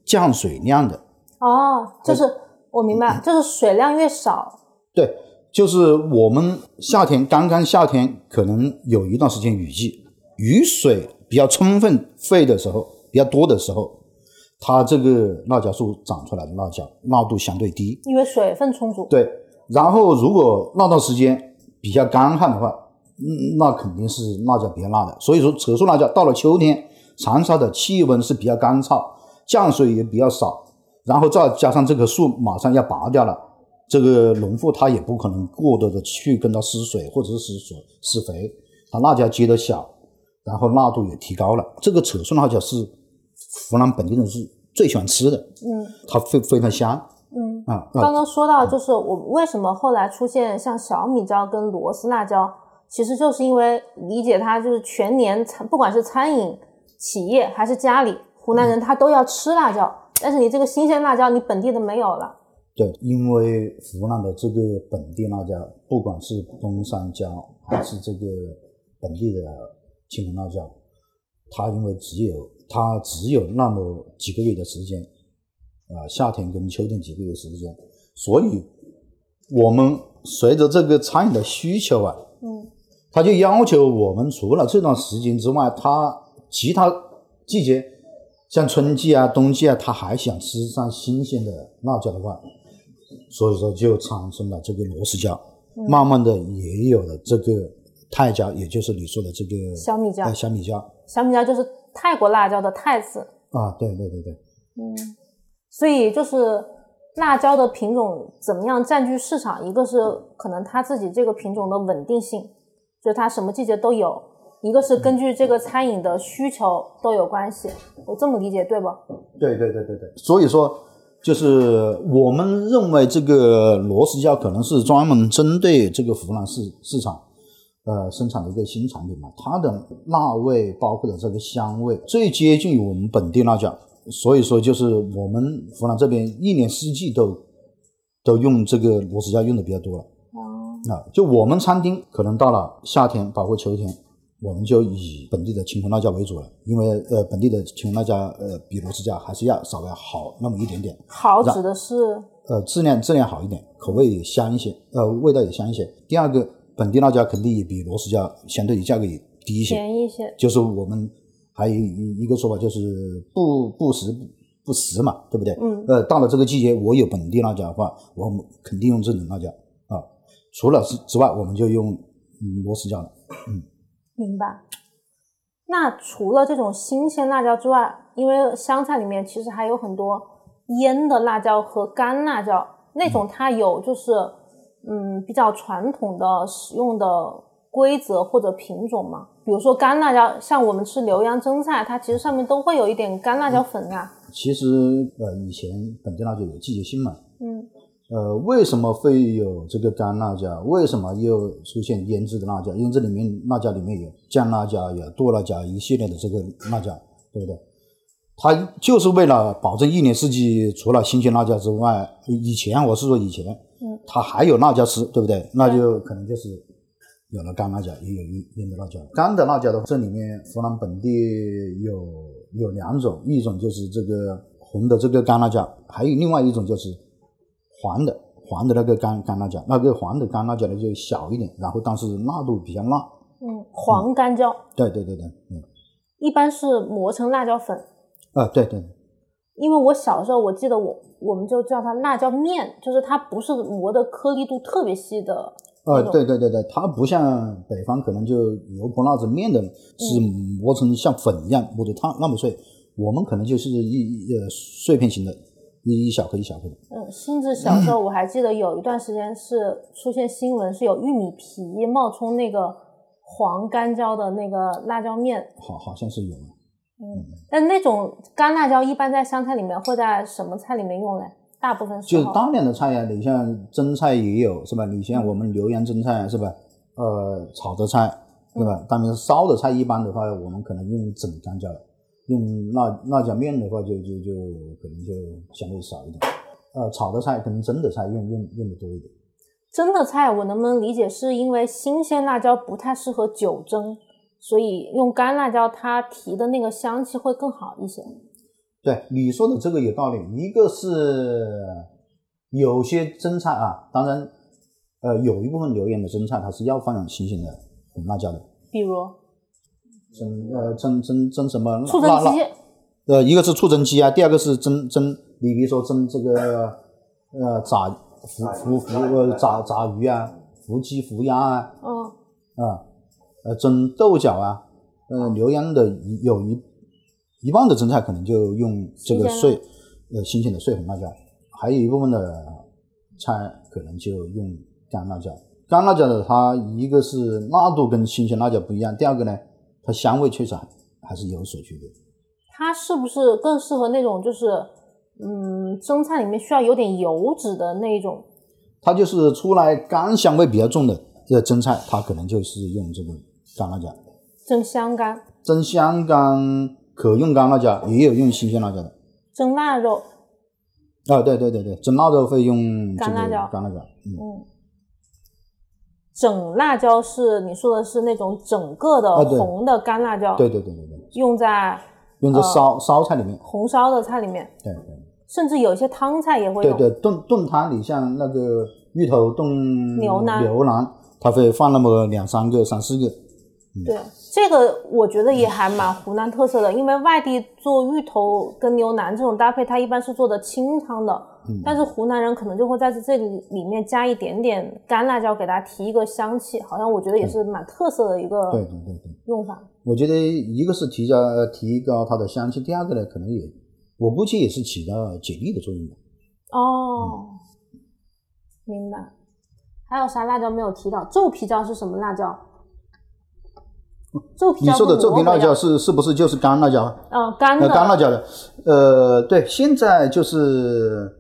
Speaker 2: 降水量的。
Speaker 1: 哦，就是我明白，就是水量越少，
Speaker 2: 对，就是我们夏天刚刚夏天可能有一段时间雨季，雨水比较充分沸的时候，比较多的时候，它这个辣椒素长出来的辣椒辣度相对低。
Speaker 1: 因为水分充足。
Speaker 2: 对，然后如果辣到时间比较干旱的话，嗯，那肯定是辣椒比较辣的。所以说，扯树辣椒到了秋天，长沙的气温是比较干燥，降水也比较少，然后再加上这棵树马上要拔掉了，这个农户他也不可能过多的去跟它施水或者是施水施肥，他辣椒接的小，然后辣度也提高了。这个扯树辣椒是湖南本地人是最喜欢吃的，
Speaker 1: 嗯
Speaker 2: 它非非常香
Speaker 1: 嗯。
Speaker 2: 啊啊！
Speaker 1: 刚刚说到，就是我为什么后来出现像小米椒跟螺丝辣椒，其实就是因为理解它就是全年餐，不管是餐饮企业还是家里，湖南人他都要吃辣椒，但是你这个新鲜辣椒你本地的没有了，
Speaker 2: 对，因为湖南的这个本地辣椒，不管是东山椒还是这个本地的青城辣椒，它因为只有它只有那么几个月的时间，啊、夏天跟秋天几个月时间，所以我们随着这个餐饮的需求啊，
Speaker 1: 嗯，
Speaker 2: 他就要求我们除了这段时间之外，他其他季节，像春季啊、冬季啊，他还想吃上新鲜的辣椒的话，所以说就产生了这个螺丝椒，
Speaker 1: 嗯
Speaker 2: 慢慢的也有了这个泰椒，也就是你说的这个
Speaker 1: 小米椒
Speaker 2: 呃小米椒
Speaker 1: 小米椒就是泰国辣椒的泰字，
Speaker 2: 啊，对对对对，
Speaker 1: 嗯，所以就是辣椒的品种怎么样占据市场，一个是可能它自己这个品种的稳定性，就是它什么季节都有；一个是根据这个餐饮的需求都有关系。我这么理解对吧？
Speaker 2: 对对对对对，所以说就是我们认为这个螺丝椒可能是专门针对这个湖南市市场，呃，生产的一个新产品嘛，它的辣味包括的这个香味最接近于我们本地辣椒，所以说就是我们湖南这边一年四季都都用这个螺丝椒用的比较多了。
Speaker 1: 哦，
Speaker 2: 啊，就我们餐厅可能到了夏天，包括秋天，我们就以本地的青红辣椒为主了，因为呃本地的青红辣椒呃比螺丝椒还是要稍微好那么一点点，
Speaker 1: 好指的是
Speaker 2: 呃质量质量好一点，口味也香一些，呃味道也香一些。第二个，本地辣椒肯定也比螺丝椒相对于价格也低一些，
Speaker 1: 便宜一些，
Speaker 2: 就是我们还有一一个说法就是不不时不不食嘛，对不对？
Speaker 1: 嗯
Speaker 2: 呃，到了这个季节，我有本地辣椒的话，我们肯定用这种辣椒啊。除了之之外，我们就用嗯螺丝椒了。
Speaker 1: 明白。那除了这种新鲜辣椒之外，因为湘菜里面其实还有很多腌的辣椒和干辣椒，那种它有就是嗯比较传统的使用的规则或者品种嘛。比如说干辣椒，像我们吃浏阳蒸菜，它其实上面都会有一点干辣椒粉啊。
Speaker 2: 其实呃，以前本地辣椒有季节性嘛，
Speaker 1: 嗯
Speaker 2: 呃，为什么会有这个干辣椒？为什么又出现腌制的辣椒？因为这里面辣椒里面有酱辣椒、有剁辣椒一系列的这个辣椒，对不对？它就是为了保证一年四季除了新鲜辣椒之外，以前我是说以前，
Speaker 1: 嗯，
Speaker 2: 它还有辣椒吃，对不对？那就可能就是有了干辣椒，也有腌腌的辣椒。干的辣椒的话，这里面湖南本地有有两种，一种就是这个红的这个干辣椒，还有另外一种就是黄的黄的那个干干辣椒，那个黄的干辣椒呢就小一点，然后但是辣度比较辣。
Speaker 1: 嗯，黄干椒
Speaker 2: 对对对对，嗯
Speaker 1: 一般是磨成辣椒粉，
Speaker 2: 啊对对，
Speaker 1: 因为我小时候我记得我我们就叫它辣椒面，就是它不是磨的颗粒度特别细的
Speaker 2: 呃
Speaker 1: 那种
Speaker 2: 对对对对，它不像北方可能就油泼辣子面的是磨成像粉一样磨得它那么碎，我们可能就是一一呃碎片型的，一一小颗一小颗的。
Speaker 1: 嗯，甚至小时候我还记得有一段时间是出现新闻，是有玉米皮冒充那个黄干椒的那个辣椒面，嗯
Speaker 2: 好，好像是有，
Speaker 1: 但那种干辣椒一般在湘菜里面会在什么菜里面用嘞？大部分时
Speaker 2: 就是
Speaker 1: 候
Speaker 2: 大量的菜呀、你像蒸菜也有是吧？你像我们浏阳蒸菜是吧？呃，炒的菜是吧？当然烧的菜一般的话，我们可能用整干椒，用辣辣椒面的话就就就可能就相对少一点。呃，炒的菜可能蒸的菜用用用的多一点。
Speaker 1: 蒸的菜，我能不能理解是因为新鲜辣椒不太适合久蒸，所以用干辣椒它提的那个香气会更好一些。
Speaker 2: 对你说的这个有道理，一个是有些蒸菜啊，当然，呃，有一部分浏阳的蒸菜它是要放新鲜的红辣椒的，
Speaker 1: 比如，
Speaker 2: 蒸呃蒸蒸蒸什么
Speaker 1: 醋
Speaker 2: 辣
Speaker 1: 蒸
Speaker 2: 辣
Speaker 1: 鸡，
Speaker 2: 呃，一个是醋蒸鸡啊，第二个是蒸蒸，你比如说蒸这个呃炸腐腐腐呃炸炸鱼啊，腐鸡腐鸭啊，
Speaker 1: 嗯
Speaker 2: 啊，呃蒸豆角啊，呃浏阳的一有一一半的蒸菜可能就用这个
Speaker 1: 新鲜的
Speaker 2: 碎呃新鲜的碎红辣椒，还有一部分的菜可能就用干辣椒。干辣椒的它一个是辣度跟新鲜辣椒不一样，第二个呢，它香味确实还还是有所区别。
Speaker 1: 它是不是更适合那种就是嗯蒸菜里面需要有点油脂的那一种？
Speaker 2: 它就是出来干香味比较重的这蒸菜，它可能就是用这个干辣椒。
Speaker 1: 蒸香干、
Speaker 2: 蒸香干可用干辣椒，也有用新鲜辣椒的。
Speaker 1: 蒸腊肉，
Speaker 2: 啊，对对对对，蒸腊肉会用这个
Speaker 1: 干辣椒
Speaker 2: 干辣椒，嗯，
Speaker 1: 嗯。整辣椒是你说的是那种整个的
Speaker 2: 啊对
Speaker 1: 红的干辣椒，
Speaker 2: 对对对对对，
Speaker 1: 用在
Speaker 2: 用
Speaker 1: 哦
Speaker 2: 在烧烧菜里面，
Speaker 1: 红烧的菜里面，
Speaker 2: 对对
Speaker 1: 甚至有一些汤菜也会
Speaker 2: 对
Speaker 1: 用。
Speaker 2: 对，炖炖汤里像那个芋头炖
Speaker 1: 牛腩嗯
Speaker 2: 牛腩，它会放那么两三个、三四个，嗯
Speaker 1: 对这个我觉得也还蛮湖南特色的，因为外地做芋头跟牛腩这种搭配，它一般是做的清汤的，
Speaker 2: 嗯
Speaker 1: 但是湖南人可能就会在这里里面加一点点干辣椒，给它提一个香气，好像我觉得也是蛮特色的一
Speaker 2: 对
Speaker 1: 个
Speaker 2: 对对对。
Speaker 1: 用法。
Speaker 2: 我觉得一个是提高呃提高它的香气，第二个呢，可能也我估计也是起到解腻的作用吧。
Speaker 1: 哦，
Speaker 2: 嗯
Speaker 1: 明白。还有啥辣椒没有提到？皱皮椒是什么辣椒？皱皮
Speaker 2: 你
Speaker 1: 椒
Speaker 2: 说的这
Speaker 1: 跟萝
Speaker 2: 瓶
Speaker 1: 卜
Speaker 2: 辣
Speaker 1: 一
Speaker 2: 椒
Speaker 1: 样，
Speaker 2: 是是不是就是干辣椒啊？
Speaker 1: 呃，干
Speaker 2: 呃，
Speaker 1: 的
Speaker 2: 干辣椒的，呃，对，现在就是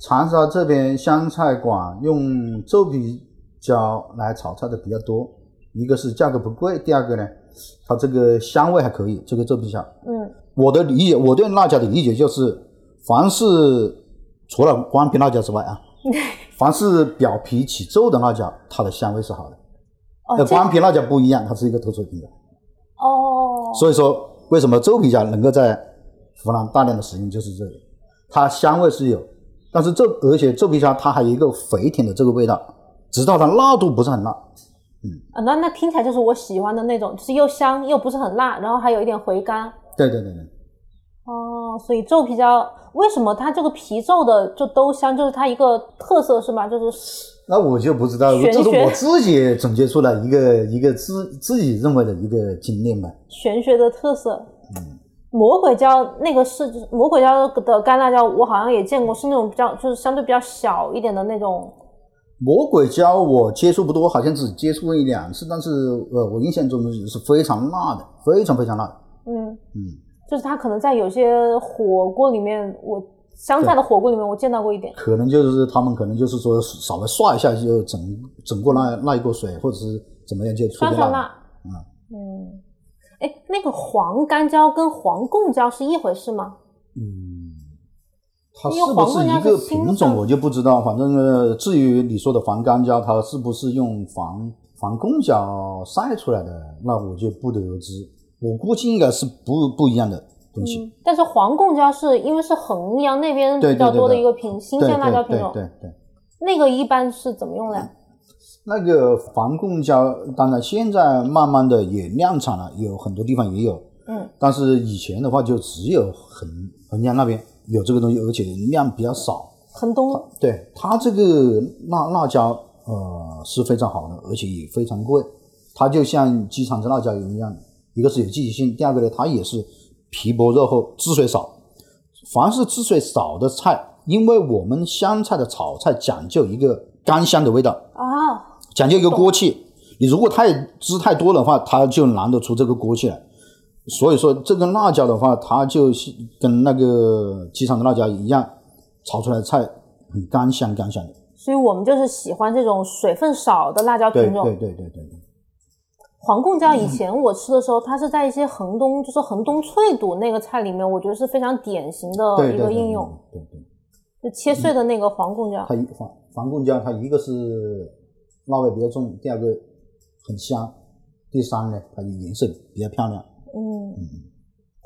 Speaker 2: 长沙这边湘菜馆用皱皮椒来炒菜的比较多，一个是价格不贵，第二个呢，它这个香味还可以，这个皱皮椒。
Speaker 1: 嗯，
Speaker 2: 我的理解，我对辣椒的理解就是，凡是除了光皮辣椒之外啊，凡是表皮起皱的辣椒，它的香味是好的。
Speaker 1: 哦，
Speaker 2: 那
Speaker 1: 这
Speaker 2: 光皮辣椒不一样，它是一个突出品种。
Speaker 1: 哦，
Speaker 2: 所以说，为什么皱皮椒能够在湖南大量的使用，就是这里，它香味是有，但是皱而且皱皮椒它还有一个肥甜的这个味道，直到它辣度不是很辣。
Speaker 1: 啊，那那听起来就是我喜欢的那种，就是又香又不是很辣，然后还有一点回甘。
Speaker 2: 对对对对，
Speaker 1: 哦，所以皱皮椒为什么它这个皮皱的就都香，就是它一个特色是吗？就是
Speaker 2: 那我就不知道，
Speaker 1: 玄
Speaker 2: 这是
Speaker 1: 学
Speaker 2: 我自己总结出来一个一个自自己认为的一个经验吧。
Speaker 1: 玄学的特色。魔鬼椒那个是就是魔鬼椒的干辣椒，我好像也见过，是那种比较就是相对比较小一点的那种。
Speaker 2: 魔鬼椒我接触不多，好像只接触过一两次，但是呃，我印象中是非常辣的，非常非常辣的。
Speaker 1: 嗯，
Speaker 2: 嗯，
Speaker 1: 就是它可能在有些火锅里面，我湘菜的火锅里面我见到过一点。
Speaker 2: 可能就是他们可能就是说稍微刷一下就整整过那那一锅水，或者是怎么样就出
Speaker 1: 酸
Speaker 2: 个
Speaker 1: 酸
Speaker 2: 辣。
Speaker 1: 辣。嗯，哎，那个黄干椒跟黄贡椒是一回事吗？
Speaker 2: 嗯，它
Speaker 1: 因
Speaker 2: 是
Speaker 1: 为
Speaker 2: 不
Speaker 1: 黄
Speaker 2: 是
Speaker 1: 瓜
Speaker 2: 一
Speaker 1: 它
Speaker 2: 个
Speaker 1: 是青
Speaker 2: 品
Speaker 1: 色
Speaker 2: 种我就不知道，反正呃，至于你说的黄干椒，它是不是用黄黄贡椒晒出来的，那我就不得而知。我估计应该是不不一样的东西。
Speaker 1: 嗯，但是黄贡椒是因为是衡阳那边
Speaker 2: 对
Speaker 1: 比较
Speaker 2: 对对
Speaker 1: 多的
Speaker 2: 对
Speaker 1: 一个品新
Speaker 2: 对
Speaker 1: 鲜辣椒
Speaker 2: 对
Speaker 1: 品
Speaker 2: 对
Speaker 1: 种，
Speaker 2: 对对。
Speaker 1: 那个一般是怎么用的呀？
Speaker 2: 那个防控胶，当然现在慢慢的也量产了，有很多地方也有。
Speaker 1: 嗯，
Speaker 2: 但是以前的话就只有衡衡阳那边有这个东西，而且量比较少。
Speaker 1: 衡东
Speaker 2: 对它这个辣辣椒，呃，是非常好的，而且也非常贵。它就像鸡肠子辣椒一样，一个是有季节性，第二个呢，它也是皮薄肉厚，汁水少。凡是汁水少的菜，因为我们湘菜的炒菜讲究一个干香的味道，
Speaker 1: 啊，
Speaker 2: 讲究一个锅气。你如果太汁太多的话，它就难得出这个锅气来。所以说，这个辣椒的话，它就是跟那个鸡场的辣椒一样，炒出来的菜很干香干香的。
Speaker 1: 所以我们就是喜欢这种水分少的辣椒
Speaker 2: 对
Speaker 1: 品
Speaker 2: 对嗯
Speaker 1: 种。
Speaker 2: 对对对对，
Speaker 1: 黄贡椒以前我吃的时候，它是在一些衡东，就是衡东脆肚那个菜里面，我觉得是非常典型的
Speaker 2: 对
Speaker 1: 哦一
Speaker 2: 对
Speaker 1: 个
Speaker 2: 对嗯
Speaker 1: 应用，。
Speaker 2: 对对，对
Speaker 1: 就切碎的那个黄贡椒
Speaker 2: 它。一黄黄贡椒，它一个是辣味比较重，第二个很香，第三呢，它颜色比较漂亮。
Speaker 1: 嗯，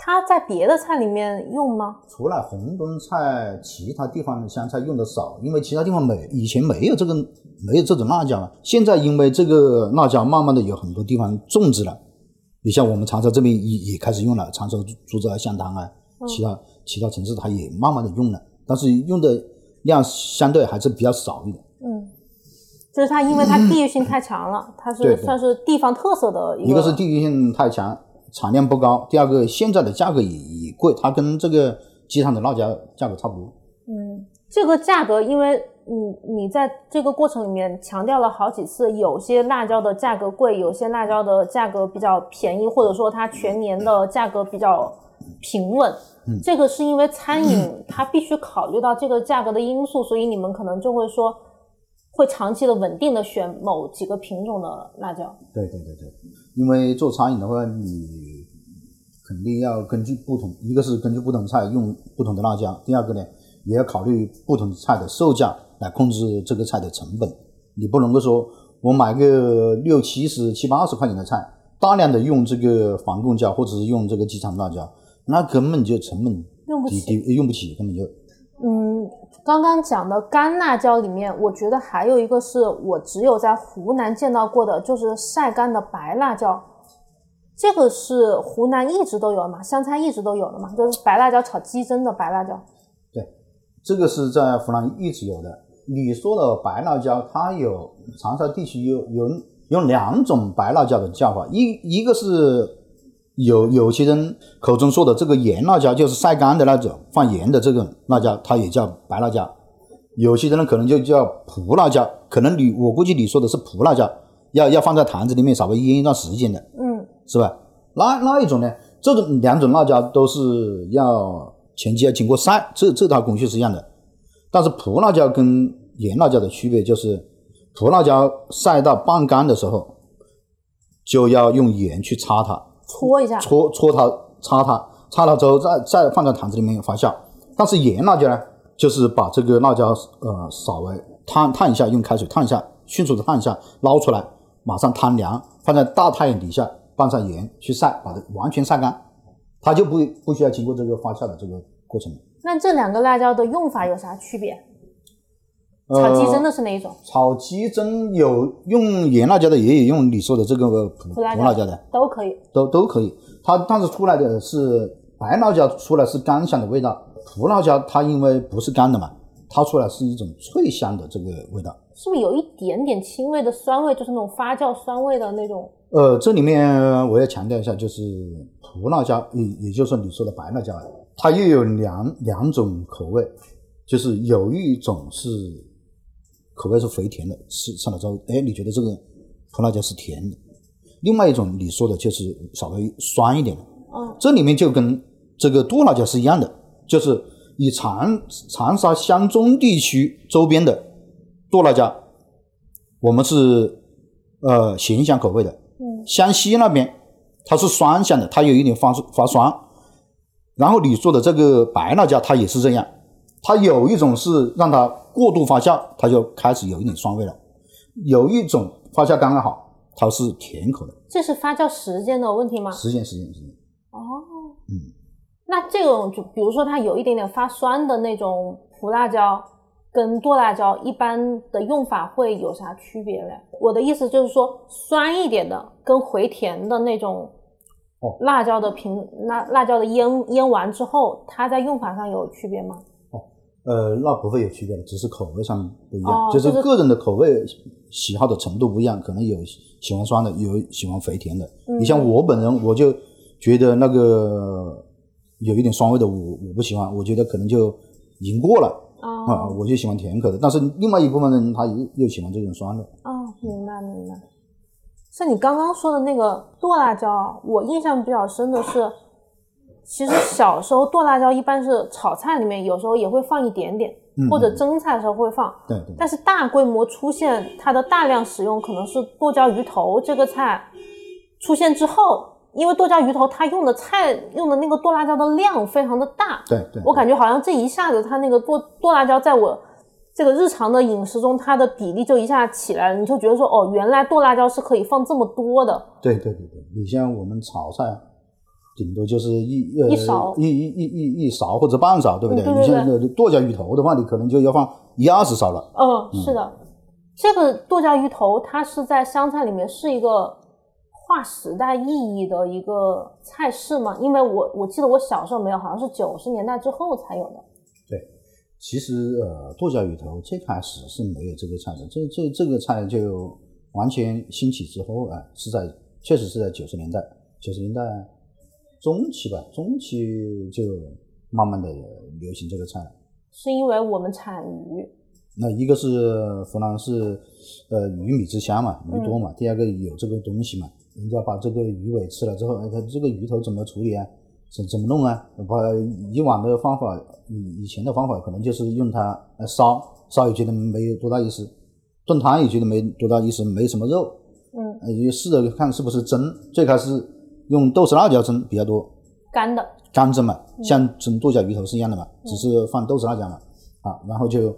Speaker 1: 它在别的菜里面用吗？
Speaker 2: 除了红东菜，其他地方的湘菜用的少，因为其他地方没以前没有这个没有这种辣椒啊。现在因为这个辣椒慢慢的有很多地方种植了，你像我们长沙这边也也开始用了，长沙株洲啊、湘潭啊，其他其他城市它也慢慢的用了，但是用的量相对还是比较少一点。
Speaker 1: 嗯，就是它，因为它地域性太强了，它
Speaker 2: 嗯对
Speaker 1: 是
Speaker 2: 对
Speaker 1: 算是地方特色的一
Speaker 2: 一个是地域性太强，产量不高；第二个现在的价格也也贵，它跟这个机场的辣椒价格差不多。
Speaker 1: 嗯，这个价格，因为你你在这个过程里面强调了好几次，有些辣椒的价格贵，有些辣椒的价格比较便宜，或者说它全年的价格比较平稳。
Speaker 2: 嗯
Speaker 1: 这个是因为餐饮它必须考虑到这个价格的因素，所以你们可能就会说会长期的稳定的选某几个品种的辣椒。
Speaker 2: 对对对对，因为做餐饮的话，你肯定要根据不同，一个是根据不同菜用不同的辣椒，第二个呢，也要考虑不同菜的售价来控制这个菜的成本。你不能够说我买个六七十、七八十块钱的菜，大量的用这个防控椒或者是用这个鸡场辣椒，那根本就成本
Speaker 1: 用不
Speaker 2: 低
Speaker 1: 起
Speaker 2: 低用不起，根本就
Speaker 1: 嗯，刚刚讲的干辣椒里面，我觉得还有一个是我只有在湖南见到过的，就是晒干的白辣椒。这个是湖南一直都有的嘛，湘菜一直都有的嘛，就是白辣椒炒鸡胗的白辣椒。
Speaker 2: 这个是在湖南一直有的。你说的白辣椒，它有长沙地区有有有两种白辣椒的叫法，一一个是有有些人口中说的这个盐辣椒，就是晒干的那种放盐的这种辣椒，它也叫白辣椒。有些人呢可能就叫蒲辣椒，可能你我估计你说的是蒲辣椒，要要放在坛子里面稍微腌一段时间的。
Speaker 1: 嗯，
Speaker 2: 是吧？那那一种呢？这种两种辣椒都是要前期要经过晒，这这套工序是一样的。但是蒲辣椒跟盐辣椒的区别就是，蒲辣椒晒到半干的时候，就要用盐去擦它，
Speaker 1: 搓一下。
Speaker 2: 搓搓它，擦它，擦了之后再再放在坛子里面发酵。但是盐辣椒呢，就是把这个辣椒呃稍微烫烫一下，用开水烫一下，迅速的烫一下，捞出来，马上摊凉，放在大太阳底下拌上盐去晒，把它完全晒干，它就不不需要经过这个发酵的这个过程了。
Speaker 1: 那这两个辣椒的用法有啥区别？炒鸡胗的是哪一种？
Speaker 2: 炒鸡胗有用盐辣椒的，也有用你说的这个普
Speaker 1: 胡
Speaker 2: 普
Speaker 1: 辣椒
Speaker 2: 辣椒的。
Speaker 1: 都可以。
Speaker 2: 都都可以。它但是出来的是白辣椒，出来是干香的味道；胡辣椒它因为不是干的嘛，它出来是一种脆香的这个味道。
Speaker 1: 是不是有一点点轻微的酸味，就是那种发酵酸味的那种？
Speaker 2: 呃，这里面我要强调一下，就是胡辣椒，也也就是你说的白辣椒，它又有两两种口味，就是有一种是口味是肥甜的，吃上了之后，哎，你觉得这个胡辣椒是甜的；另外一种你说的就是稍微酸一点的，
Speaker 1: 嗯，
Speaker 2: 这里面就跟这个剁辣椒是一样的，就是以长长沙湘中地区周边的剁辣椒，我们是呃咸香口味的，
Speaker 1: 嗯，
Speaker 2: 湘西那边它是酸香的，它有一点发发酸。然后你做的这个白辣椒，它也是这样，它有一种是让它过度发酵，它就开始有一点酸味了；有一种发酵刚刚好，它是甜口的。
Speaker 1: 这是发酵时间的问题吗？
Speaker 2: 时间，时间，时间。
Speaker 1: 哦，
Speaker 2: 嗯，
Speaker 1: 那这种就比如说它有一点点发酸的那种胡辣椒跟剁辣椒，一般的用法会有啥区别嘞？我的意思就是说，酸一点的跟回甜的那种
Speaker 2: 哦
Speaker 1: 辣椒的平辣辣椒的腌腌完之后，它在用法上有区别吗？
Speaker 2: 呃，那不会有区别的，只是口味上不一样，
Speaker 1: 哦
Speaker 2: 就是
Speaker 1: 就是
Speaker 2: 个人的口味喜好的程度不一样，可能有喜欢酸的，有喜欢肥甜的。你像我本人，我就觉得那个有一点酸味的我，我不喜欢，我觉得可能就已经过了
Speaker 1: 哦
Speaker 2: 啊、我就喜欢甜口的。但是另外一部分人他又又喜欢这种酸的，
Speaker 1: 哦，明白明白。像你刚刚说的那个剁辣椒啊，我印象比较深的是，其实小时候剁辣椒一般是炒菜里面，有时候也会放一点点，
Speaker 2: 嗯
Speaker 1: 或者蒸菜的时候会放。
Speaker 2: 对对。
Speaker 1: 但是大规模出现它的大量使用，可能是剁椒鱼头这个菜出现之后，因为剁椒鱼头它用的菜用的那个剁辣椒的量非常的大，
Speaker 2: 对对，
Speaker 1: 我感觉好像这一下子，它那个剁剁辣椒在我这个日常的饮食中，它的比例就一下起来了。你就觉得说，哦，原来剁辣椒是可以放这么多的。
Speaker 2: 对对对对，你像我们炒菜，顶多就是一呃
Speaker 1: 一勺
Speaker 2: 一一一一一勺或者半勺，对不
Speaker 1: 嗯
Speaker 2: 对？
Speaker 1: 对对
Speaker 2: 你像那剁椒鱼头的话，你可能就要放一二十勺了。
Speaker 1: 嗯，是的，这个剁椒鱼头它是在湘菜里面是一个划时代意义的一个菜式吗？因为我我记得我小时候没有，好像是九十年代之后才有的。
Speaker 2: 其实呃，剁椒鱼头最开始是没有这个菜的，这这这个菜就完全兴起之后啊、呃是在确实是在九十年代，九十年代中期吧，中期就慢慢的流行这个菜了。
Speaker 1: 是因为我们产鱼，
Speaker 2: 那一个是湖南是呃鱼米之乡嘛，鱼多嘛；第二个有这个东西嘛，人家把这个鱼尾吃了之后，哎，它这个鱼头怎么处理啊？怎怎么弄啊？把以往的方法，以以前的方法可能就是用它来烧，烧也觉得没有多大意思，炖汤也觉得没多大意思，没什么肉，
Speaker 1: 嗯，
Speaker 2: 呃，也试着看是不是蒸。最开始用豆豉辣椒蒸比较多，
Speaker 1: 干的，
Speaker 2: 干蒸嘛，
Speaker 1: 嗯
Speaker 2: 像蒸剁椒鱼头是一样的嘛，只是放豆豉辣椒嘛，啊，然后就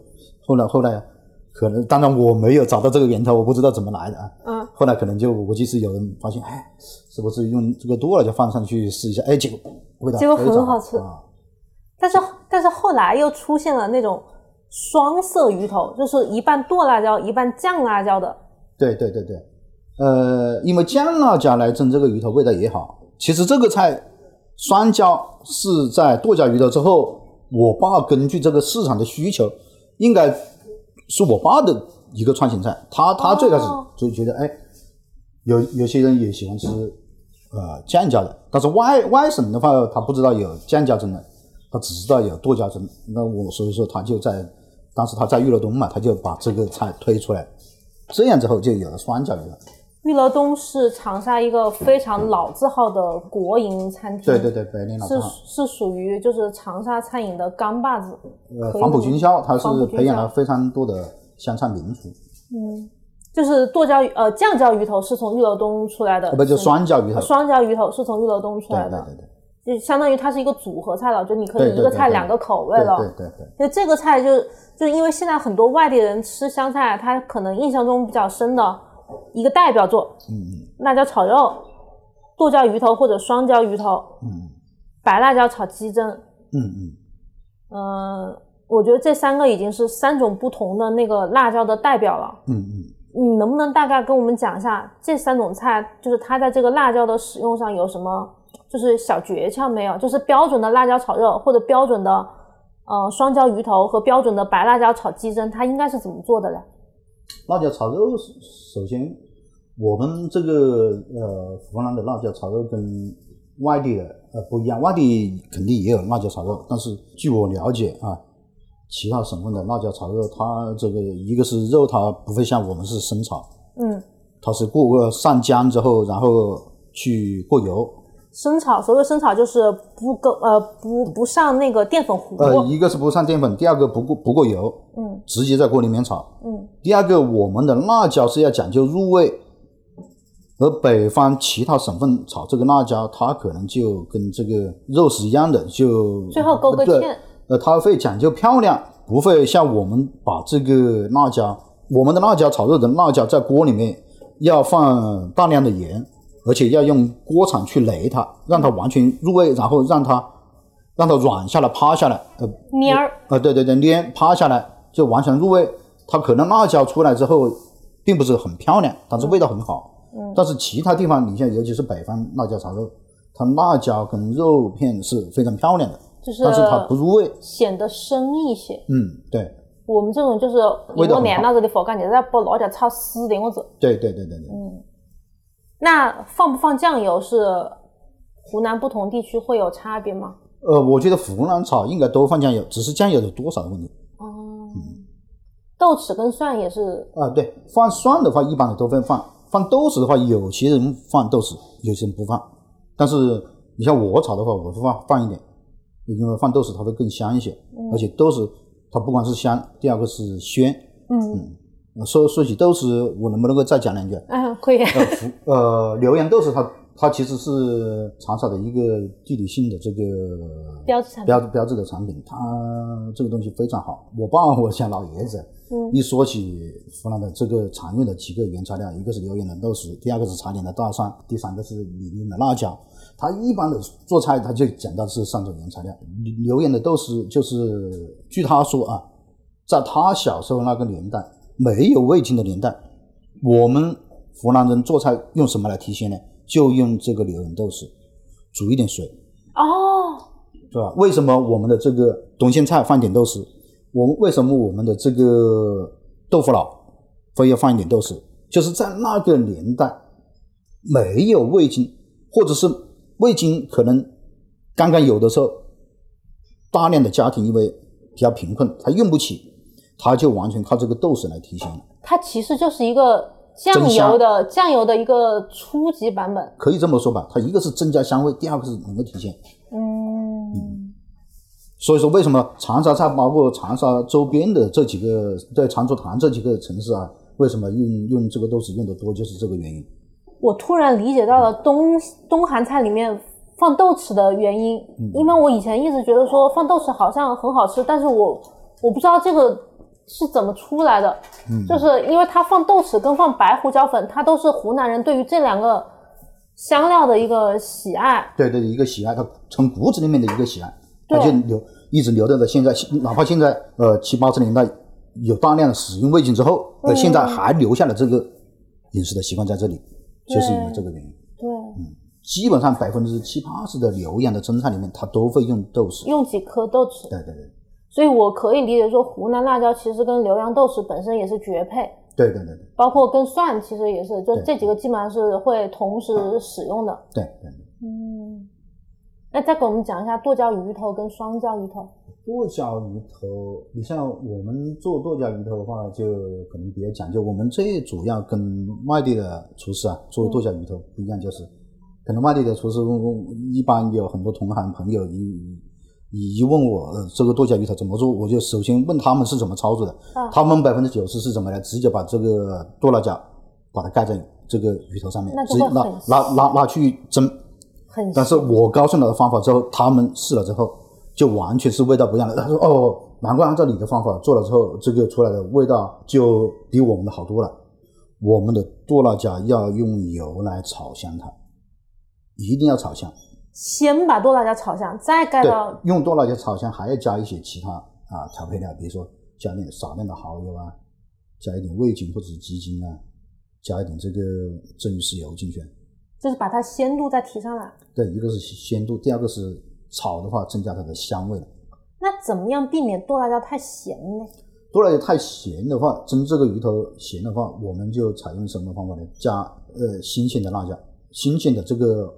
Speaker 2: 后来后来可能，当然我没有找到这个源头，我不知道怎么来的啊。
Speaker 1: 嗯，
Speaker 2: 后来可能就我估计是有人发现，哎，是不是用这个多了就放上去试一下？哎，结果味道
Speaker 1: 结果
Speaker 2: 非常
Speaker 1: 很好吃
Speaker 2: 啊，
Speaker 1: 但是但是后来又出现了那种双色鱼头，就是一半剁辣椒，一半酱辣椒的。
Speaker 2: 对对对对，呃，因为酱辣椒来蒸这个鱼头味道也好。其实这个菜酸椒是在剁椒鱼头之后，我爸根据这个市场的需求，应该是我爸的一个创新菜。他他最开始
Speaker 1: 哦
Speaker 2: 就觉得，哎，有有些人也喜欢吃呃酱椒的，但是外外省的话，他不知道有酱椒蒸的，他只知道有剁椒蒸。那我所以说他就在当时他在玉乐东嘛，他就把这个菜推出来。这样之后就有了酸椒鱼了。
Speaker 1: 玉楼东是长沙一个非常老字号的国营餐厅，
Speaker 2: 对对对，百年
Speaker 1: 嗯
Speaker 2: 老
Speaker 1: 是
Speaker 2: 窖，
Speaker 1: 是属于就是长沙餐饮的钢把子，
Speaker 2: 呃，
Speaker 1: 可以
Speaker 2: 黄埔军校，它
Speaker 1: 黄埔
Speaker 2: 是
Speaker 1: 军校
Speaker 2: 培养了非常多的湘菜名厨，
Speaker 1: 就是剁椒鱼呃酱椒鱼头是从玉楼东出来的，
Speaker 2: 呃，不就酸椒鱼头？
Speaker 1: 双椒鱼头是从玉楼东出
Speaker 2: 对
Speaker 1: 来
Speaker 2: 对
Speaker 1: 的，
Speaker 2: 对对
Speaker 1: 就相当于它是一个组合菜了，就你可
Speaker 2: 对
Speaker 1: 以
Speaker 2: 对
Speaker 1: 一个
Speaker 2: 对
Speaker 1: 菜
Speaker 2: 对
Speaker 1: 两个口味
Speaker 2: 对
Speaker 1: 了。
Speaker 2: 对对对，
Speaker 1: 就这个菜就就因为现在很多外地人吃湘菜，他可能印象中比较深的一个代表作，
Speaker 2: 嗯
Speaker 1: 辣椒炒肉、剁椒鱼头或者双椒鱼头、
Speaker 2: 嗯嗯
Speaker 1: 白辣椒炒鸡胗，
Speaker 2: 嗯嗯
Speaker 1: 嗯、我觉得这三个已经是三种不同的那个辣椒的代表了。
Speaker 2: 嗯嗯
Speaker 1: 你能不能大概跟我们讲一下这三种菜，就是它在这个辣椒的使用上有什么就是小诀窍没有？就是标准的辣椒炒肉或者标准的呃双椒鱼头和标准的白辣椒炒鸡胗，它应该是怎么做的嘞？
Speaker 2: 辣椒炒肉，首先我们这个呃湖南的辣椒炒肉跟外地的呃不一样，外地肯定也有辣椒炒肉，但是据我了解啊，其他省份的辣椒炒肉，它这个一个是肉它不会像我们是生炒，
Speaker 1: 嗯，
Speaker 2: 它是过过上浆之后，然后去过油。
Speaker 1: 生炒，所谓生炒就是不跟呃不不上那个淀粉糊，
Speaker 2: 呃，一个是不上淀粉，第二个不过不过油，
Speaker 1: 嗯
Speaker 2: 直接在锅里面炒。
Speaker 1: 嗯
Speaker 2: 第二个，我们的辣椒是要讲究入味，而北方其他省份炒这个辣椒，它可能就跟这个肉是一样的，就
Speaker 1: 最后勾个
Speaker 2: 对
Speaker 1: 芡
Speaker 2: 呃，它会讲究漂亮，不会像我们把这个辣椒，我们的辣椒炒肉的辣椒在锅里面要放大量的盐，而且要用锅铲去擂它，让它完全入味，然后让它让它软下来、趴下来，呃，
Speaker 1: 蔫儿，
Speaker 2: 啊，对对对，捏趴下来就完全入味。它可能辣椒出来之后，并不是很漂亮，但是味道很好。嗯，但是其他地方，你像尤其是北方辣椒炒肉，它辣椒跟肉片是非常漂亮的，
Speaker 1: 就是
Speaker 2: 但是它不入味。
Speaker 1: 显得生一些。
Speaker 2: 嗯，对，
Speaker 1: 我们这种就是
Speaker 2: 味
Speaker 1: 我
Speaker 2: 道很
Speaker 1: 连
Speaker 2: 好
Speaker 1: 到这里佛干，你再把辣椒炒丝点我走。
Speaker 2: 对对对对对。
Speaker 1: 那放不放酱油是湖南不同地区会有差别吗？
Speaker 2: 呃，我觉得湖南炒应该都放酱油，只是酱油的多少的问题。
Speaker 1: 哦、豆豉跟蒜也是，
Speaker 2: 啊，对，放蒜的话，一般的都会放；放豆豉的话，有些人放豆豉，有些人不放。但是你像我炒的话，我会放放一点，因为放豆豉它会更香一些，而且豆豉它不光是香，第二个是鲜。
Speaker 1: 嗯，
Speaker 2: 呃说说起豆豉，我能不能够再讲两句？
Speaker 1: 嗯，可以，
Speaker 2: 呃，福呃，浏阳豆豉它它其实是长沙的一个地理性的这个
Speaker 1: [LAUGHS] 标志产品
Speaker 2: 标标志的产品，它这个东西非常好。我爸我像老爷子，
Speaker 1: 嗯
Speaker 2: 一说起湖南的这个常用的几个原材料，一个是浏阳的豆豉，第二个是茶陵的大蒜，第三个是醴陵的辣椒。它一般的做菜，它就讲到这三种原材料。浏阳的豆豉就是，据他说啊，在他小时候那个年代，没有味精的年代，我们湖南人做菜用什么来提鲜呢？就用这个柳仁豆豉煮一点水，
Speaker 1: 哦，
Speaker 2: 是吧？为什么我们的这个东线菜放一点豆豉？我们为什么我们的这个豆腐脑非要放一点豆豉？就是在那个年代没有味精，或者是味精可能刚刚有的时候，大量的家庭因为比较贫困，他用不起，他就完全靠这个豆豉来提鲜了。
Speaker 1: 它其实就是一个酱
Speaker 2: 真
Speaker 1: 油
Speaker 2: 香
Speaker 1: 的酱油的一个初级版本。
Speaker 2: 可以这么说吧，它一个是增加香味，第二个是能够提鲜。
Speaker 1: 嗯，
Speaker 2: 所以说，为什么长沙菜包括长沙周边的这几个，在长株潭这几个城市啊，为什么用用这个豆豉用的多，就是这个原因。
Speaker 1: 我突然理解到了东东韩菜里面放豆豉的原因，因为我以前一直觉得说放豆豉好像很好吃，但是我我不知道这个是怎么出来的，就是因为它放豆豉跟放白胡椒粉，它都是湖南人对于这两个香料的一个喜爱。
Speaker 2: 对对，一个喜爱，它从骨子里面的一个喜爱，它
Speaker 1: 对
Speaker 2: 就留一直留到了现在，哪怕现在呃七八十年代有大量的使用味精之后，
Speaker 1: 嗯
Speaker 2: 呃，现在还留下了这个饮食的习惯在这里，就是因为这个原因。
Speaker 1: 对，
Speaker 2: 基本上百分之七八十的浏阳的蒸菜里面，它都会用豆豉。
Speaker 1: 用几颗豆豉，
Speaker 2: 对对对
Speaker 1: 所以我可以理解说湖南辣椒其实跟浏阳豆豉本身也是绝配。
Speaker 2: 对对对对
Speaker 1: 包括跟蒜其实也是，就
Speaker 2: 对
Speaker 1: 这几个基本上是会同时使用的。
Speaker 2: 对对。
Speaker 1: 嗯，那再给我们讲一下剁椒鱼头跟双椒鱼头。
Speaker 2: 剁椒鱼头，你像我们做剁椒鱼头的话，就可能比较讲究。我们最主要跟外地的厨师啊做剁椒鱼头不一样，就是可能外地的厨师一般有很多同行朋友一一一问我、呃、这个剁椒鱼头怎么做，我就首先问他们是怎么操作的。
Speaker 1: 啊
Speaker 2: 他们百分之九十是怎么来？直接把这个剁辣椒把它盖在这个鱼头上面
Speaker 1: 那，就
Speaker 2: 直接
Speaker 1: 会
Speaker 2: 拿
Speaker 1: 很
Speaker 2: 拿拿拿去蒸。
Speaker 1: 很
Speaker 2: 但是我告诉他的方法之后，他们试了之后，就完全是味道不一样的。他说：“哦，难怪按照你的方法做了之后，这个出来的味道就比我们的好多了。我们的剁辣椒要用油来炒香它，一定要炒香。
Speaker 1: 先把剁辣椒炒香，再盖
Speaker 2: 对
Speaker 1: 到，
Speaker 2: 用剁辣椒炒香还要加一些其他啊调配料，比如说加点少量的蚝油啊，加一点味精或者是鸡精啊，加一点这个蒸鱼豉油进去。
Speaker 1: 就是把它鲜度再提上来。
Speaker 2: 对，一个是鲜度，第二个是炒的话增加它的香味了。”
Speaker 1: 那怎么样避免剁辣椒太咸呢？
Speaker 2: 剁辣椒太咸的话，蒸这个鱼头咸的话，我们就采用什么方法呢？加呃新鲜的辣椒，新鲜的这个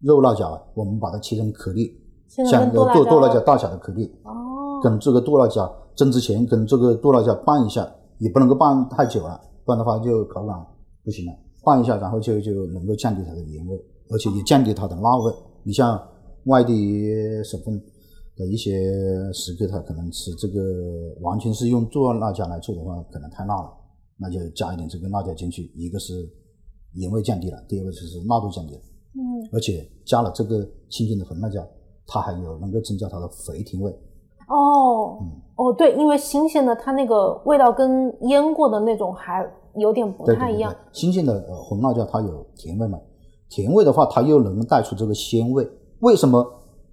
Speaker 2: 肉辣椒啊，我们把它切成颗粒，
Speaker 1: 现在
Speaker 2: 像
Speaker 1: 跟
Speaker 2: 呃
Speaker 1: 剁
Speaker 2: 剁剁
Speaker 1: 辣
Speaker 2: 辣椒
Speaker 1: 椒啊
Speaker 2: 大小的颗粒，
Speaker 1: 哦，
Speaker 2: 跟这个剁辣椒蒸之前跟这个剁辣椒拌一下，也不能够拌太久了，不然的话就口感不行了。拌一下，然后就就能够降低它的盐味，而且也降低它的辣味。你像外地省份的一些食客，他可能吃这个完全是用剁辣椒来做的话，可能太辣了，那就加一点这个辣椒进去，一个是盐味降低了，第二个就是辣度降低了，
Speaker 1: 嗯，
Speaker 2: 而且加了这个新鲜的红辣椒，它还有能够增加它的肥甜味。
Speaker 1: 哦
Speaker 2: 嗯，
Speaker 1: 哦，对，因为新鲜的它那个味道跟腌过的那种还有点不
Speaker 2: 对
Speaker 1: 太
Speaker 2: 对
Speaker 1: 一
Speaker 2: 对
Speaker 1: 样
Speaker 2: 对。新鲜的呃红辣椒它有甜味嘛，甜味的话它又能带出这个鲜味。为什么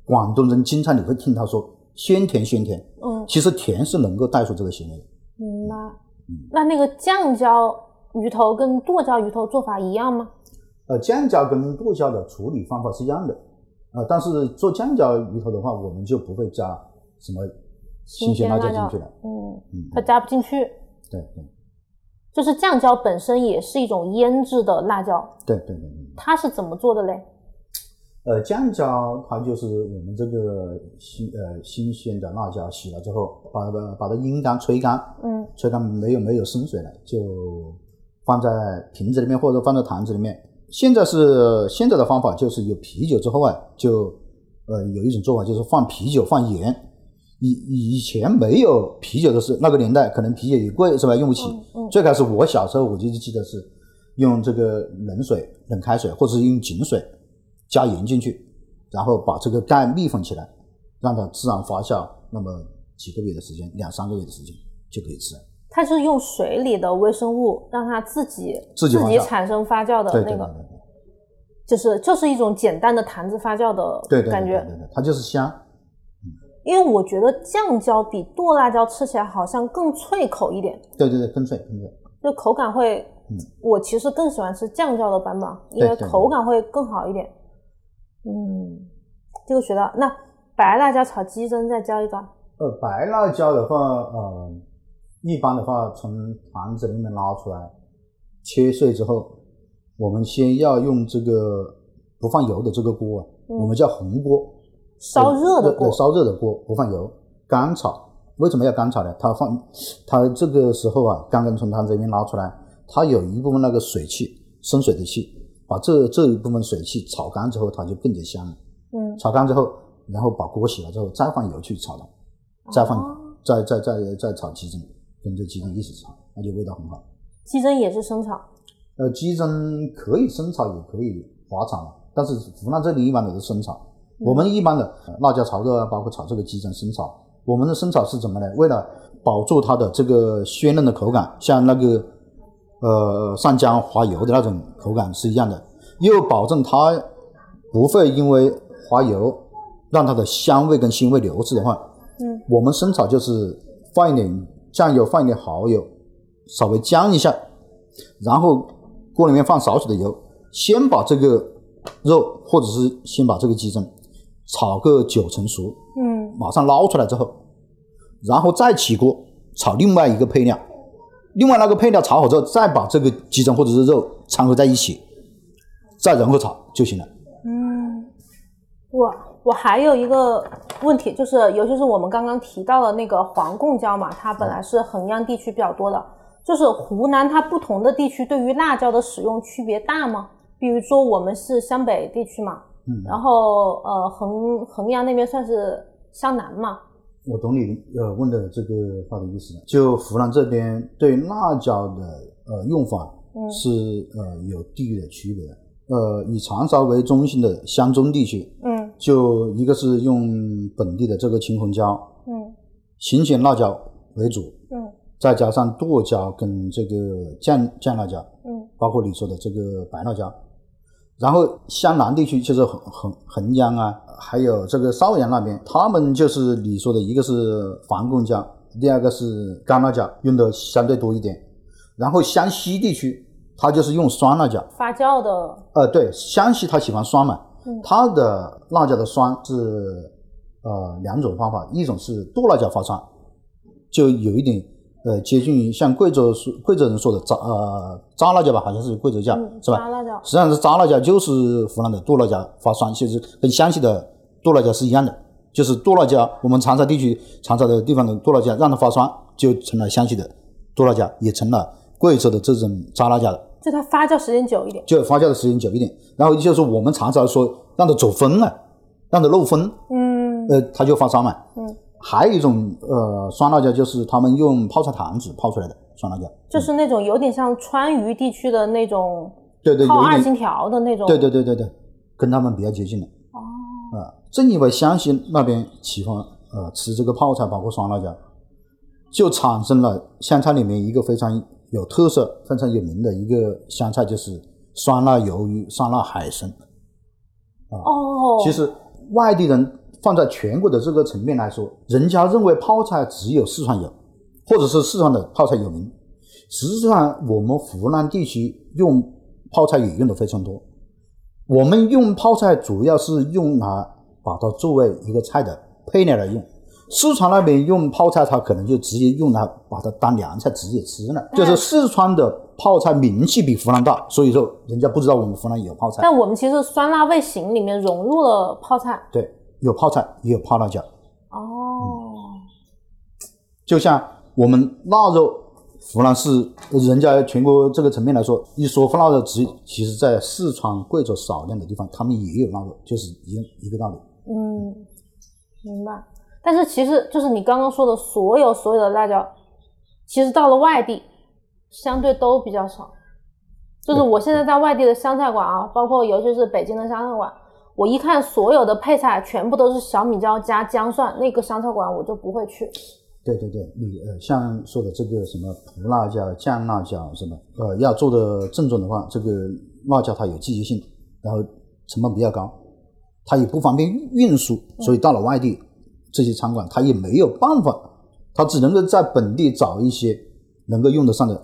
Speaker 2: 广东人经常你会听他说鲜甜鲜甜？
Speaker 1: 嗯，
Speaker 2: 其实甜是能够带出这个鲜味的。
Speaker 1: 明白。
Speaker 2: 嗯
Speaker 1: 那那个酱椒鱼头跟剁椒鱼头做法一样吗？
Speaker 2: 呃，酱椒跟剁椒的处理方法是一样的，呃，但是做酱椒鱼头的话，我们就不会加什么新鲜辣椒进去了。
Speaker 1: 嗯，
Speaker 2: 嗯，
Speaker 1: 它加不进去。
Speaker 2: 对对
Speaker 1: 就是酱椒本身也是一种腌制的辣椒，
Speaker 2: 对对对对。
Speaker 1: 它是怎么做的嘞？
Speaker 2: 呃，酱椒它就是我们这个新呃新鲜的辣椒洗了之后，把它把它阴干吹干，
Speaker 1: 嗯，
Speaker 2: 所以它没有没有生水了，就放在瓶子里面或者放在坛子里面。现在是现在的方法就是有啤酒之后啊，就呃有一种做法就是放啤酒放盐。以以前没有啤酒的是那个年代，可能啤酒也贵是吧？用不起。
Speaker 1: 嗯嗯
Speaker 2: 最开始我小时候我就记得是用这个冷水、冷开水或者是用井水加盐进去，然后把这个盖密封起来，让它自然发酵，那么几个月的时间，两三个月的时间就可以吃了。
Speaker 1: 它是用水里的微生物让它自己
Speaker 2: 自己发酵
Speaker 1: 产生发酵的
Speaker 2: 对
Speaker 1: 那
Speaker 2: 对对
Speaker 1: 个，
Speaker 2: 对
Speaker 1: 就是就是一种简单的坛子发酵的
Speaker 2: 对对对
Speaker 1: 感觉。
Speaker 2: 对对对，它就是香。
Speaker 1: 因为我觉得酱椒比剁辣椒吃起来好像更脆口一点，
Speaker 2: 对对对，更脆更脆。
Speaker 1: 就口感会我其实更喜欢吃酱料的版本，啊因为
Speaker 2: 嗯对对对
Speaker 1: 口感会更好一点。嗯，这个学到。那白辣椒炒鸡胗再教一个，啊
Speaker 2: 呃，白辣椒的话，呃，一般的话从坛子里面拉出来，切碎之后，我们先要用这个不放油的这个锅啊，
Speaker 1: 嗯
Speaker 2: 我们叫红锅，
Speaker 1: 烧热的
Speaker 2: 对
Speaker 1: 锅
Speaker 2: 对，烧热的锅不放油，干炒。为什么要干炒呢？它放，它这个时候啊，刚刚从汤子里面捞出来，它有一部分那个水汽，生水的气，把这这一部分水汽炒干之后，它就更加香了。
Speaker 1: 嗯，
Speaker 2: 炒干之后，然后把锅洗了之后，再放油去炒它，再放，
Speaker 1: 哦
Speaker 2: 再再再再炒鸡胗，跟着鸡胗一起炒，那就味道很好。
Speaker 1: 鸡胗也是生炒。
Speaker 2: 呃，鸡胗可以生炒，也可以滑炒嘛，但是湖南这里一般都是生炒。我们一般的呃辣椒炒肉啊，包括炒这个鸡胗生炒，我们的生炒是怎么呢？为了保住它的这个鲜嫩的口感，像那个呃上江滑油的那种口感是一样的，又保证它不会因为滑油让它的香味跟腥味流失的话，
Speaker 1: 嗯，
Speaker 2: 我们生炒就是放一点酱油，放一点蚝油，稍微姜一下，然后锅里面放少许的油，先把这个肉或者是先把这个鸡胗炒个九成熟，
Speaker 1: 嗯
Speaker 2: 马上捞出来之后，然后再起锅炒另外一个配料，另外那个配料炒好之后，再把这个鸡胗或者是肉掺和在一起，再然后炒就行了。
Speaker 1: 嗯，我我还有一个问题，就是尤其是我们刚刚提到的那个黄贡椒嘛，它本来是衡阳地区比较多的，就是湖南它不同的地区对于辣椒的使用区别大吗？比如说我们是湘北地区嘛，
Speaker 2: 嗯
Speaker 1: 然后呃衡衡阳那边算是湘南嘛，
Speaker 2: 我懂你呃问的这个话的意思了。就湖南这边对辣椒的呃用法
Speaker 1: 嗯
Speaker 2: 是、呃有地域的区别的。呃，以长沙为中心的湘中地区，
Speaker 1: 嗯
Speaker 2: 就一个是用本地的这个青红椒、
Speaker 1: 嗯
Speaker 2: 新鲜辣椒为主，
Speaker 1: 嗯
Speaker 2: 再加上剁椒跟这个酱酱辣椒，
Speaker 1: 嗯
Speaker 2: 包括你说的这个白辣椒。然后湘南地区就是衡衡衡阳啊，还有这个邵阳那边，他们就是你说的一个是黄贡椒，第二个是干辣椒，用的相对多一点。然后湘西地区，它就是用酸辣椒，
Speaker 1: 发酵的，
Speaker 2: 呃，对，湘西它喜欢酸嘛
Speaker 1: 嗯，
Speaker 2: 它的辣椒的酸是呃两种方法，一种是剁辣椒发酸，就有一点呃接近于像贵州说贵州人说的渣呃渣辣椒吧，好像是贵州叫、
Speaker 1: 嗯，
Speaker 2: 是吧？
Speaker 1: 沙拉椒，
Speaker 2: 实际上是渣辣椒，就是湖南的剁辣椒发酸，其实跟湘西的剁辣椒是一样的，就是剁辣椒，我们长沙地区长沙的地方的剁辣椒让它发酸，就成了湘西的剁辣椒，也成了贵州的这种渣辣椒了。
Speaker 1: 就它发酵时间久一点，
Speaker 2: 就发酵的时间久一点。然后就是我们常常说让它走风了，让它漏风，
Speaker 1: 嗯
Speaker 2: 呃，它就发酸嘛。
Speaker 1: 嗯，
Speaker 2: 还有一种呃酸辣椒，就是他们用泡菜坛子泡出来的酸辣椒，
Speaker 1: 就是那种有点像川渝地区的那种
Speaker 2: 对对，
Speaker 1: 泡
Speaker 2: 有
Speaker 1: 二
Speaker 2: 一
Speaker 1: 荆
Speaker 2: 点，
Speaker 1: 条的那种，
Speaker 2: 对对对对对，跟他们比较接近的。
Speaker 1: 哦，
Speaker 2: 啊、正因为湘西那边喜欢呃吃这个泡菜，包括酸辣椒，就产生了湘菜里面一个非常有特色、非常有名的一个湘菜，就是酸辣鱿鱼、酸辣海参。
Speaker 1: 哦，
Speaker 2: 其实外地人放在全国的这个层面来说，人家认为泡菜只有四川有，或者是四川的泡菜有名。实际上，我们湖南地区用泡菜也用的非常多。我们用泡菜主要是用来把它作为一个菜的配料来用。四川那边用泡菜，它可能就直接用来把它当凉菜直接吃了。就是四川的泡菜名气比湖南大，所以说人家不知道我们湖南有泡菜。
Speaker 1: 但我们其实酸辣味型里面融入了泡菜，
Speaker 2: 对，有泡菜也有泡辣椒。
Speaker 1: 哦，
Speaker 2: 就像我们腊肉，湖南是人家全国这个层面来说，一说腊肉，只其实在四川、贵州少量的地方，他们也有腊肉，就是一个一个道理。
Speaker 1: 嗯，明白。但是其实就是你刚刚说的所有所有的辣椒，其实到了外地，相对都比较少。就是我现在在外地的湘菜馆啊，包括尤其是北京的湘菜馆，我一看所有的配菜全部都是小米椒加姜蒜，那个湘菜馆我就不会去。
Speaker 2: 对对对，你呃，像说的这个什么胡辣椒、酱辣椒什么，呃，要做的正宗的话，这个辣椒它有季节性，然后成本比较高，它也不方便运输，所以到了外地，这些餐馆它也没有办法，它只能够在本地找一些能够用得上的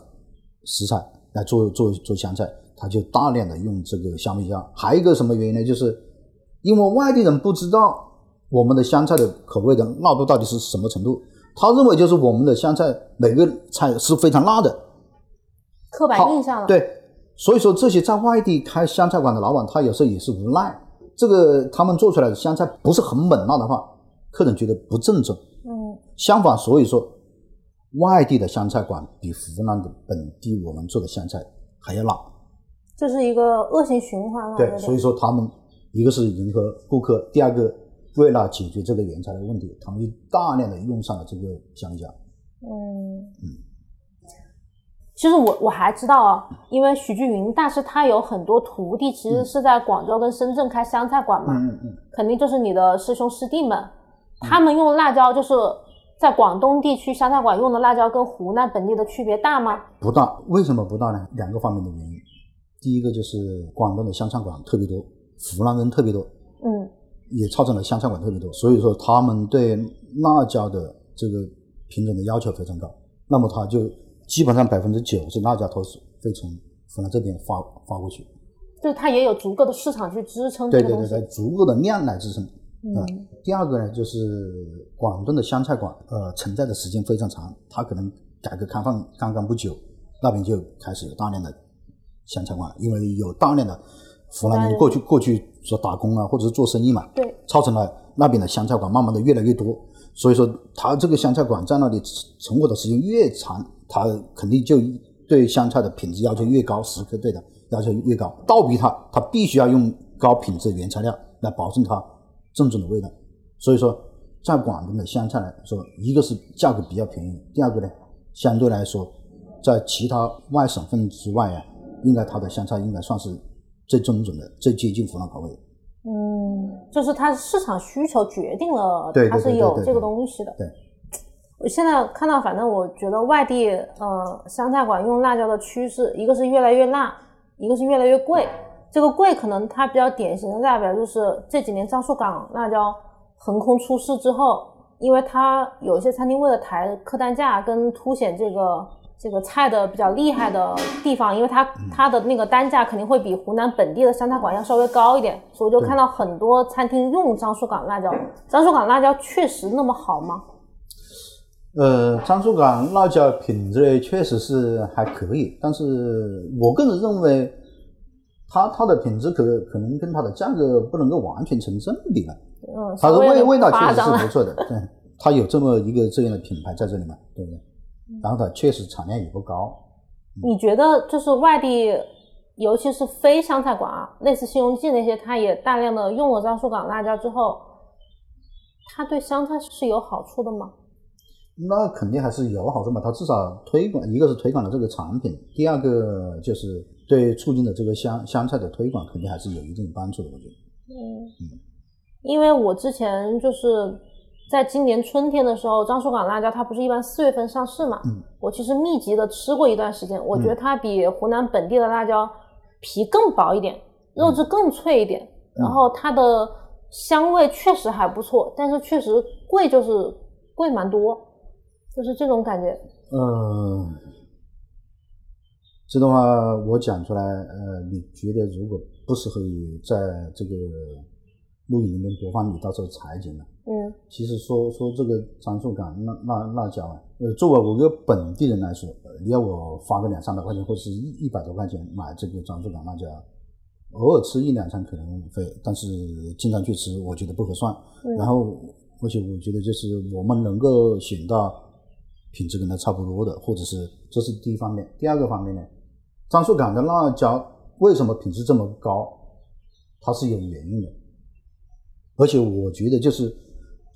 Speaker 2: 食材来做做做香菜，他就大量的用这个香米酱。还有一个什么原因呢？就是因为外地人不知道我们的香菜的口味的辣度到底是什么程度，他认为就是我们的香菜每个菜是非常辣的。
Speaker 1: 刻板
Speaker 2: 好
Speaker 1: 印象了。，
Speaker 2: 对，所以说这些在外地开湘菜馆的老板，他有时候也是无奈，这个他们做出来的湘菜不是很猛辣的话，客人觉得不正宗。
Speaker 1: 嗯，
Speaker 2: 相反，所以说外地的湘菜馆比湖南的本地我们做的湘菜还要辣。
Speaker 1: 这是一个恶性循环了。
Speaker 2: 啊对，所以
Speaker 1: 说
Speaker 2: 说他们一个是迎合顾客，第二个为了解决这个原材料问题，他们就大量的用上了这个香蕉。
Speaker 1: 嗯。其实我我还知道啊，因为许志云大师他有很多徒弟，其实是在广州跟深圳开湘菜馆嘛。
Speaker 2: 嗯嗯，
Speaker 1: 肯定就是你的师兄师弟们，他们用辣椒就是在广东地区湘菜馆用的辣椒跟湖南本地的区别大吗？
Speaker 2: 不大，为什么不大呢？两个方面的原因，第一个就是广东的湘菜馆特别多，湖南人特别多，
Speaker 1: 嗯，
Speaker 2: 也造成了湘菜馆特别多，所以说他们对辣椒的这个品种的要求非常高。那么它就基本上百分之九十辣椒都是会从湖南这边发发过去，
Speaker 1: 就是它也有足够的市场去支撑这
Speaker 2: 对
Speaker 1: 个
Speaker 2: 对
Speaker 1: 东
Speaker 2: 对
Speaker 1: 西。
Speaker 2: 对，足够的量来支撑。
Speaker 1: 嗯
Speaker 2: 第二个呢，就是广东的湘菜馆，呃，存在的时间非常长，它可能改革开放刚刚不久，那边就开始有大量的湘菜馆了，因为有大量的湖南人过去过去说打工啊，或者是做生意嘛，
Speaker 1: 对，
Speaker 2: 造成了那边的湘菜馆慢慢的越来越多，所以说它这个湘菜馆在那里存活的时间越长，它肯定就对湘菜的品质要求越高，食客对的要求越高，倒逼它，它必须要用高品质原材料来保证它正宗的味道。所以说，在广东的湘菜来说，一个是价格比较便宜，第二个呢，相对来说，在其他外省份之外啊，应该它的湘菜应该算是最正宗的、最接近湖南口味的。
Speaker 1: 嗯，就是它市场需求决定了
Speaker 2: 对对
Speaker 1: 它
Speaker 2: 对
Speaker 1: 是
Speaker 2: 对
Speaker 1: 有
Speaker 2: 对
Speaker 1: 这个
Speaker 2: 对
Speaker 1: 东西的。
Speaker 2: 对
Speaker 1: 我现在看到，反正我觉得外地呃湘菜馆用辣椒的趋势，一个是越来越辣，一个是越来越贵。这个贵可能它比较典型的代表就是这几年江苏港辣椒横空出世之后，因为它有一些餐厅为了抬客单价跟凸显这个这个菜的比较厉害的地方，因为它它的那个单价肯定会比湖南本地的湘菜馆要稍微高一点，所以我就
Speaker 2: 对
Speaker 1: 看到很多餐厅用江苏港辣椒。江苏港辣椒确实那么好吗？
Speaker 2: 呃，江苏港辣椒品质确实是还可以，但是我个人认为它，它的品质可可能跟它的价格不能够完全成正比了。
Speaker 1: 嗯，
Speaker 2: 它的
Speaker 1: 稍微有
Speaker 2: 味
Speaker 1: 点
Speaker 2: 味道
Speaker 1: 夸
Speaker 2: 确实
Speaker 1: 张了
Speaker 2: 是不错的，对，它有这么一个这样的品牌在这里嘛，对不对？
Speaker 1: 嗯
Speaker 2: 然后它确实产量也不高，
Speaker 1: 你觉得就是外地，尤其是非湘菜馆啊，类似《西游记》那些，它也大量的用了江苏港辣椒之后，它对湘菜是有好处的吗？
Speaker 2: 那肯定还是有好处嘛。它至少推广，一个是推广了这个产品，第二个就是对促进的这个湘湘菜的推广，肯定还是有一定帮助的，我觉得。
Speaker 1: 嗯，因为我之前就是在今年春天的时候，江苏港辣椒它不是一般四月份上市嘛，
Speaker 2: 嗯
Speaker 1: 我其实密集的吃过一段时间，我觉得它比湖南本地的辣椒皮更薄一点，肉质更脆一点，然后它的香味确实还不错，但是确实贵就是贵蛮多，就是这种感觉。
Speaker 2: 呃，这段话我讲出来，呃，你觉得如果不适合于在这个录影里面播放，你到时候裁剪了。
Speaker 1: 嗯
Speaker 2: 其实说说这个江苏港辣辣辣椒啊，呃，作为我一个本地人来说，呃你要我花个两三百块钱或是一一百多块钱买这个江苏港辣椒，偶尔吃一两餐可能会，但是经常去吃，我觉得不合算。
Speaker 1: 嗯，
Speaker 2: 然后，而且我觉得就是我们能够选到品质跟它差不多的，或者是这是第一方面。第二个方面呢，樟树港的辣椒为什么品质这么高？它是有原因的。而且我觉得就是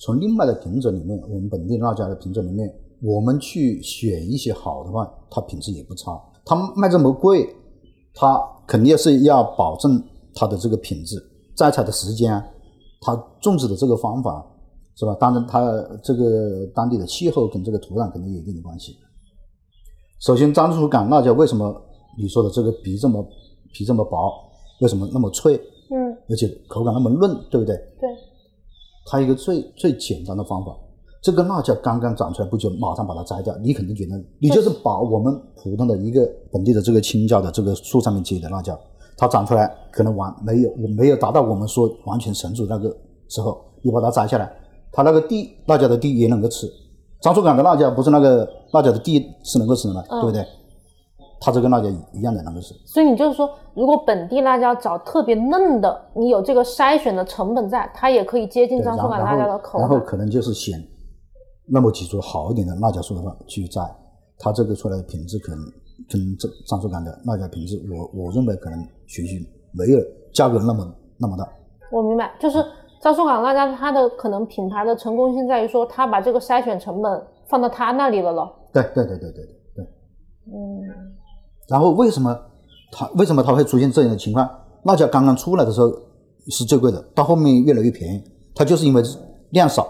Speaker 2: 从另外的品种里面，我们本地辣椒的品种里面，我们去选一些好的话，它品质也不差。它卖这么贵，它肯定是要保证它的这个品质，摘采的时间啊，它种植的这个方法是吧？当然，它这个当地的气候跟这个土壤肯定有一定的关系。首先，樟树港辣椒为什么你说的这个皮这么皮这么薄，为什么那么脆，
Speaker 1: 嗯
Speaker 2: 而且口感那么嫩，对不对？
Speaker 1: 对，
Speaker 2: 它有一个最最简单的方法，这根辣椒刚刚长出来不久，马上把它摘掉，你肯定觉得你就是把我们普通的一个本地的这个青椒的这个树上面结的辣椒，它长出来可能完没有我没有达到我们说完全成熟那个时候，你把它摘下来，它那个地辣椒的地也能够吃。樟树港的辣椒不是那个辣椒的地是能够吃的嘛，
Speaker 1: 嗯
Speaker 2: 对不对？它这个辣椒一样的能够吃。
Speaker 1: 所以你就是说，如果本地辣椒找特别嫩的，你有这个筛选的成本在，它也可以接近
Speaker 2: 对，
Speaker 1: 张苏
Speaker 2: 然后
Speaker 1: 港
Speaker 2: 然
Speaker 1: 辣
Speaker 2: 后
Speaker 1: 椒的口
Speaker 2: 然后
Speaker 1: 感。
Speaker 2: 可能就是选那么几株好一点的辣椒树的话去摘，它这个出来的品质可能跟这樟树港的辣椒品质，我我认为可能悬殊没有价格那么那么大。
Speaker 1: 我明白，就是张苏港辣椒它的可能品牌的成功性在于说，它把这个筛选成本放到它那里了咯。
Speaker 2: 对对对对对对对。
Speaker 1: 嗯，
Speaker 2: 然后为什么它为什么它会出现这样的情况？辣椒刚刚出来的时候是最贵的，到后面越来越便宜，它就是因为量少。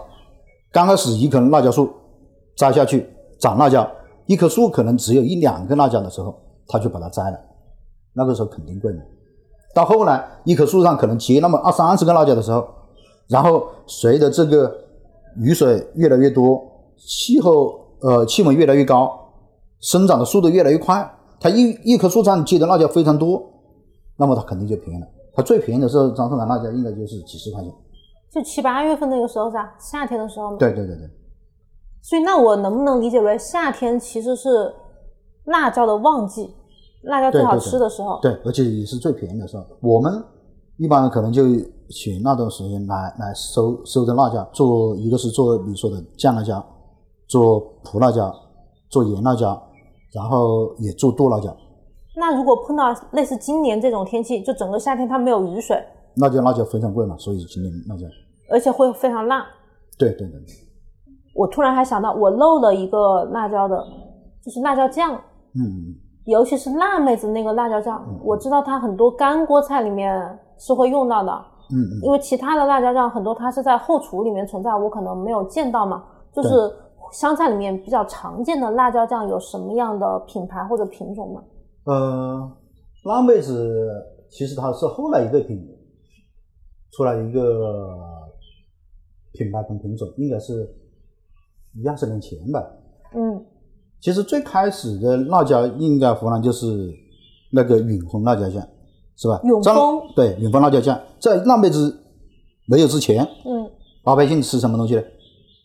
Speaker 2: 刚开始一棵辣椒树摘下去长辣椒，一棵树可能只有一两个辣椒的时候，它就把它摘了，那个时候肯定贵嘛。到后来一棵树上可能结那么二三十个辣椒的时候，然后随着这个雨水越来越多，气候呃气温越来越高，生长的速度越来越快，它一一棵树上结的辣椒非常多，那么它肯定就便宜了。它最便宜的时候，张树兰辣椒应该就是几十块钱。
Speaker 1: 就七八月份那个时候是吧？夏天的时候嘛。
Speaker 2: 对对对对，
Speaker 1: 所以那我能不能理解为夏天其实是辣椒的旺季，辣椒最
Speaker 2: 对
Speaker 1: 好
Speaker 2: 对对
Speaker 1: 吃的时候？
Speaker 2: 对，而且也是最便宜的时候。我们一般可能就选那段时间来来收收的辣椒，做一个是做你说的酱辣椒，做蒲辣椒，做盐辣椒，然后也做剁辣椒。
Speaker 1: 那如果碰到类似今年这种天气，就整个夏天它没有雨水，
Speaker 2: 辣椒辣椒非常贵嘛，所以今年辣椒，
Speaker 1: 而且会非常辣。
Speaker 2: 对对对，
Speaker 1: 我突然还想到，我漏了一个辣椒的，就是辣椒酱，
Speaker 2: 嗯，
Speaker 1: 尤其是辣妹子那个辣椒酱，我知道它很多干锅菜里面是会用到的，
Speaker 2: 嗯嗯
Speaker 1: 因为其他的辣椒酱很多它是在后厨里面存在，我可能没有见到嘛。就是湘菜里面比较常见的辣椒酱有什么样的品牌或者品种吗？
Speaker 2: 呃，辣妹子其实它是后来一个品出来一个品牌跟品种，应该是一二十年前吧。
Speaker 1: 嗯，
Speaker 2: 其实最开始的辣椒应该湖南就是那个永丰辣椒酱，是吧？
Speaker 1: 永
Speaker 2: 张
Speaker 1: 丰
Speaker 2: 对永丰辣椒酱，在辣妹子没有之前，
Speaker 1: 嗯，
Speaker 2: 老百姓吃什么东西呢？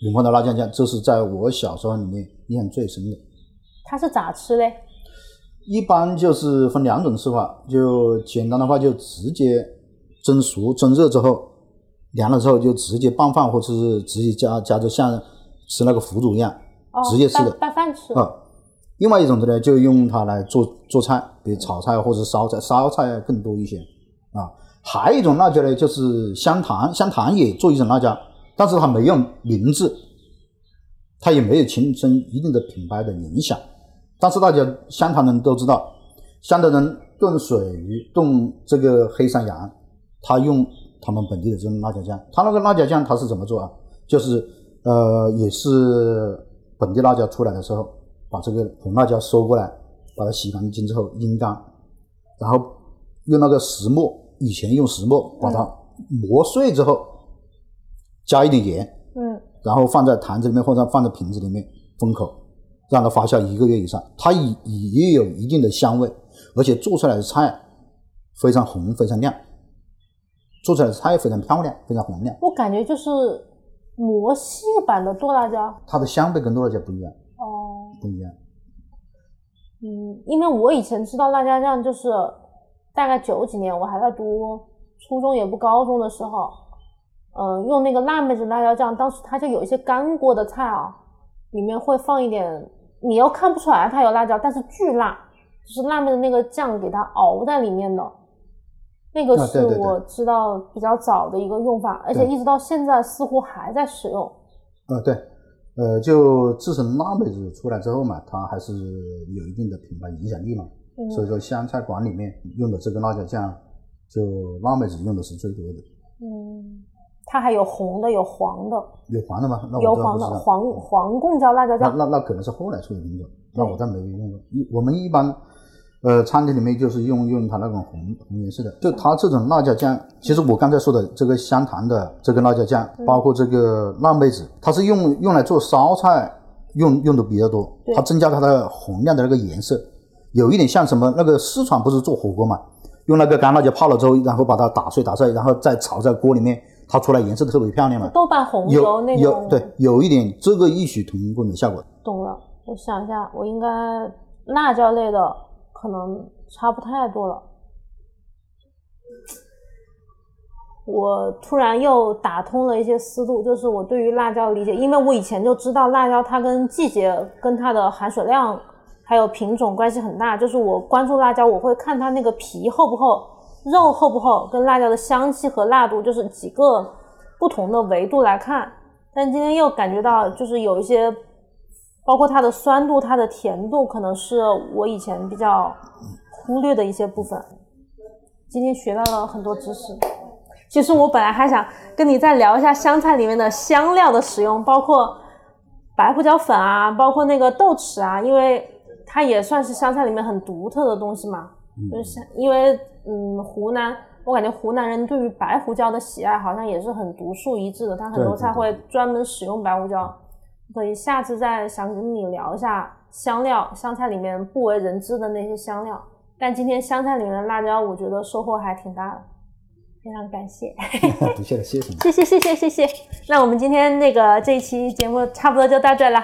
Speaker 2: 永丰的辣椒酱，这是在我小时候里面印象最深的。
Speaker 1: 它是咋吃嘞？
Speaker 2: 一般就是分两种吃法，就简单的话就直接蒸熟、蒸热之后，凉了之后就直接拌饭，或者是直接加加着像吃那个腐乳一样
Speaker 1: 哦，
Speaker 2: 直接吃的
Speaker 1: 拌拌饭吃。
Speaker 2: 啊、另外一种的呢，就用它来做做菜，比如炒菜或者烧菜，烧菜更多一些啊。还有一种辣椒呢，就是香糖，香糖也做一种辣椒，但是它没有名字，它也没有形成一定的品牌的影响。但是大家湘潭人都知道，湘潭人炖水鱼、炖这个黑山羊，他用他们本地的这种辣椒酱。他那个辣椒酱他是怎么做啊？就是呃，也是本地辣椒出来的时候，把这个红辣椒收过来，把它洗干净之后阴干，然后用那个石磨，以前用石磨把它磨碎之后，加一点盐，
Speaker 1: 嗯，
Speaker 2: 然后放在坛子里面或者放在瓶子里面封口，让它发酵一个月以上，它也也有一定的香味，而且做出来的菜非常红非常亮，做出来的菜非常漂亮非常红亮，
Speaker 1: 我感觉就是魔蟹版的剁辣椒。
Speaker 2: 它的香味跟剁辣椒不一样
Speaker 1: 哦，
Speaker 2: 不一样。
Speaker 1: 嗯，因为我以前吃到辣椒酱就是大概九几年，我还在读初中也不高中的时候，嗯，用那个辣妹子辣椒酱，当时它就有一些干锅的菜啊，里面会放一点，你又看不出来它有辣椒，但是巨辣，就是辣妹的那个酱给它熬在里面的。那个
Speaker 2: 啊对
Speaker 1: 是
Speaker 2: 对对
Speaker 1: 我知道比较早的一个用法，而且
Speaker 2: 对
Speaker 1: 一直到现在似乎还在使用。
Speaker 2: 呃，对，呃，就自从辣妹子出来之后嘛，它还是有一定的品牌影响力嘛，
Speaker 1: 嗯
Speaker 2: 所以说湘菜馆里面用的这个辣椒酱，就辣妹子用的是最多的。
Speaker 1: 嗯，它还有红的，有黄的，
Speaker 2: 有黄的吗？那我
Speaker 1: 有
Speaker 2: 倒不
Speaker 1: 黄
Speaker 2: 知
Speaker 1: 的
Speaker 2: 道
Speaker 1: 黄黄贡椒辣椒
Speaker 2: 那
Speaker 1: 酱。
Speaker 2: 那那可能是后来出的品种，那
Speaker 1: 对
Speaker 2: 我倒没用过。一我们一般呃，餐厅里面就是用用它那种红红颜色的，就它这种辣椒酱，其实我刚才说的这个湘潭的这个辣椒酱，
Speaker 1: 嗯
Speaker 2: 包括这个辣妹子，它是用用来做烧菜用用的比较多
Speaker 1: 对，
Speaker 2: 它增加它的红亮的那个颜色，有一点像什么那个四川不是做火锅嘛，用那个干辣椒泡了之后，然后把它打碎打碎，然后再炒在锅里面，它出来颜色特别漂亮嘛，
Speaker 1: 豆瓣红油
Speaker 2: 有
Speaker 1: 那
Speaker 2: 有
Speaker 1: 种，
Speaker 2: 对，有一点这个异曲同工的效果。
Speaker 1: 懂了。我想一下，我应该辣椒类的可能差不太多了。我突然又打通了一些思路，就是我对于辣椒理解，因为我以前就知道辣椒它跟季节、跟它的含水量还有品种关系很大。就是我关注辣椒，我会看它那个皮厚不厚，肉厚不厚，跟辣椒的香气和辣度，就是几个不同的维度来看。但今天又感觉到，就是有一些，包括它的酸度、它的甜度，可能是我以前比较忽略的一些部分。今天学到了很多知识。其实我本来还想跟你再聊一下湘菜里面的香料的使用，包括白胡椒粉啊，包括那个豆豉啊，因为它也算是湘菜里面很独特的东西嘛。就是像因为嗯，湖南，我感觉湖南人对于白胡椒的喜爱好像也是很独树一帜的，但很
Speaker 2: 对
Speaker 1: 多
Speaker 2: 对
Speaker 1: 菜
Speaker 2: 对
Speaker 1: 会专门使用白胡椒。可以下次再想跟你聊一下香料，湘菜里面不为人知的那些香料。但今天湘菜里面的辣椒，我觉得收获还挺大的，非常感谢。
Speaker 2: 不谢了，谢谢你。
Speaker 1: 谢谢谢谢谢谢。那我们今天那个这一期节目差不多就到这了，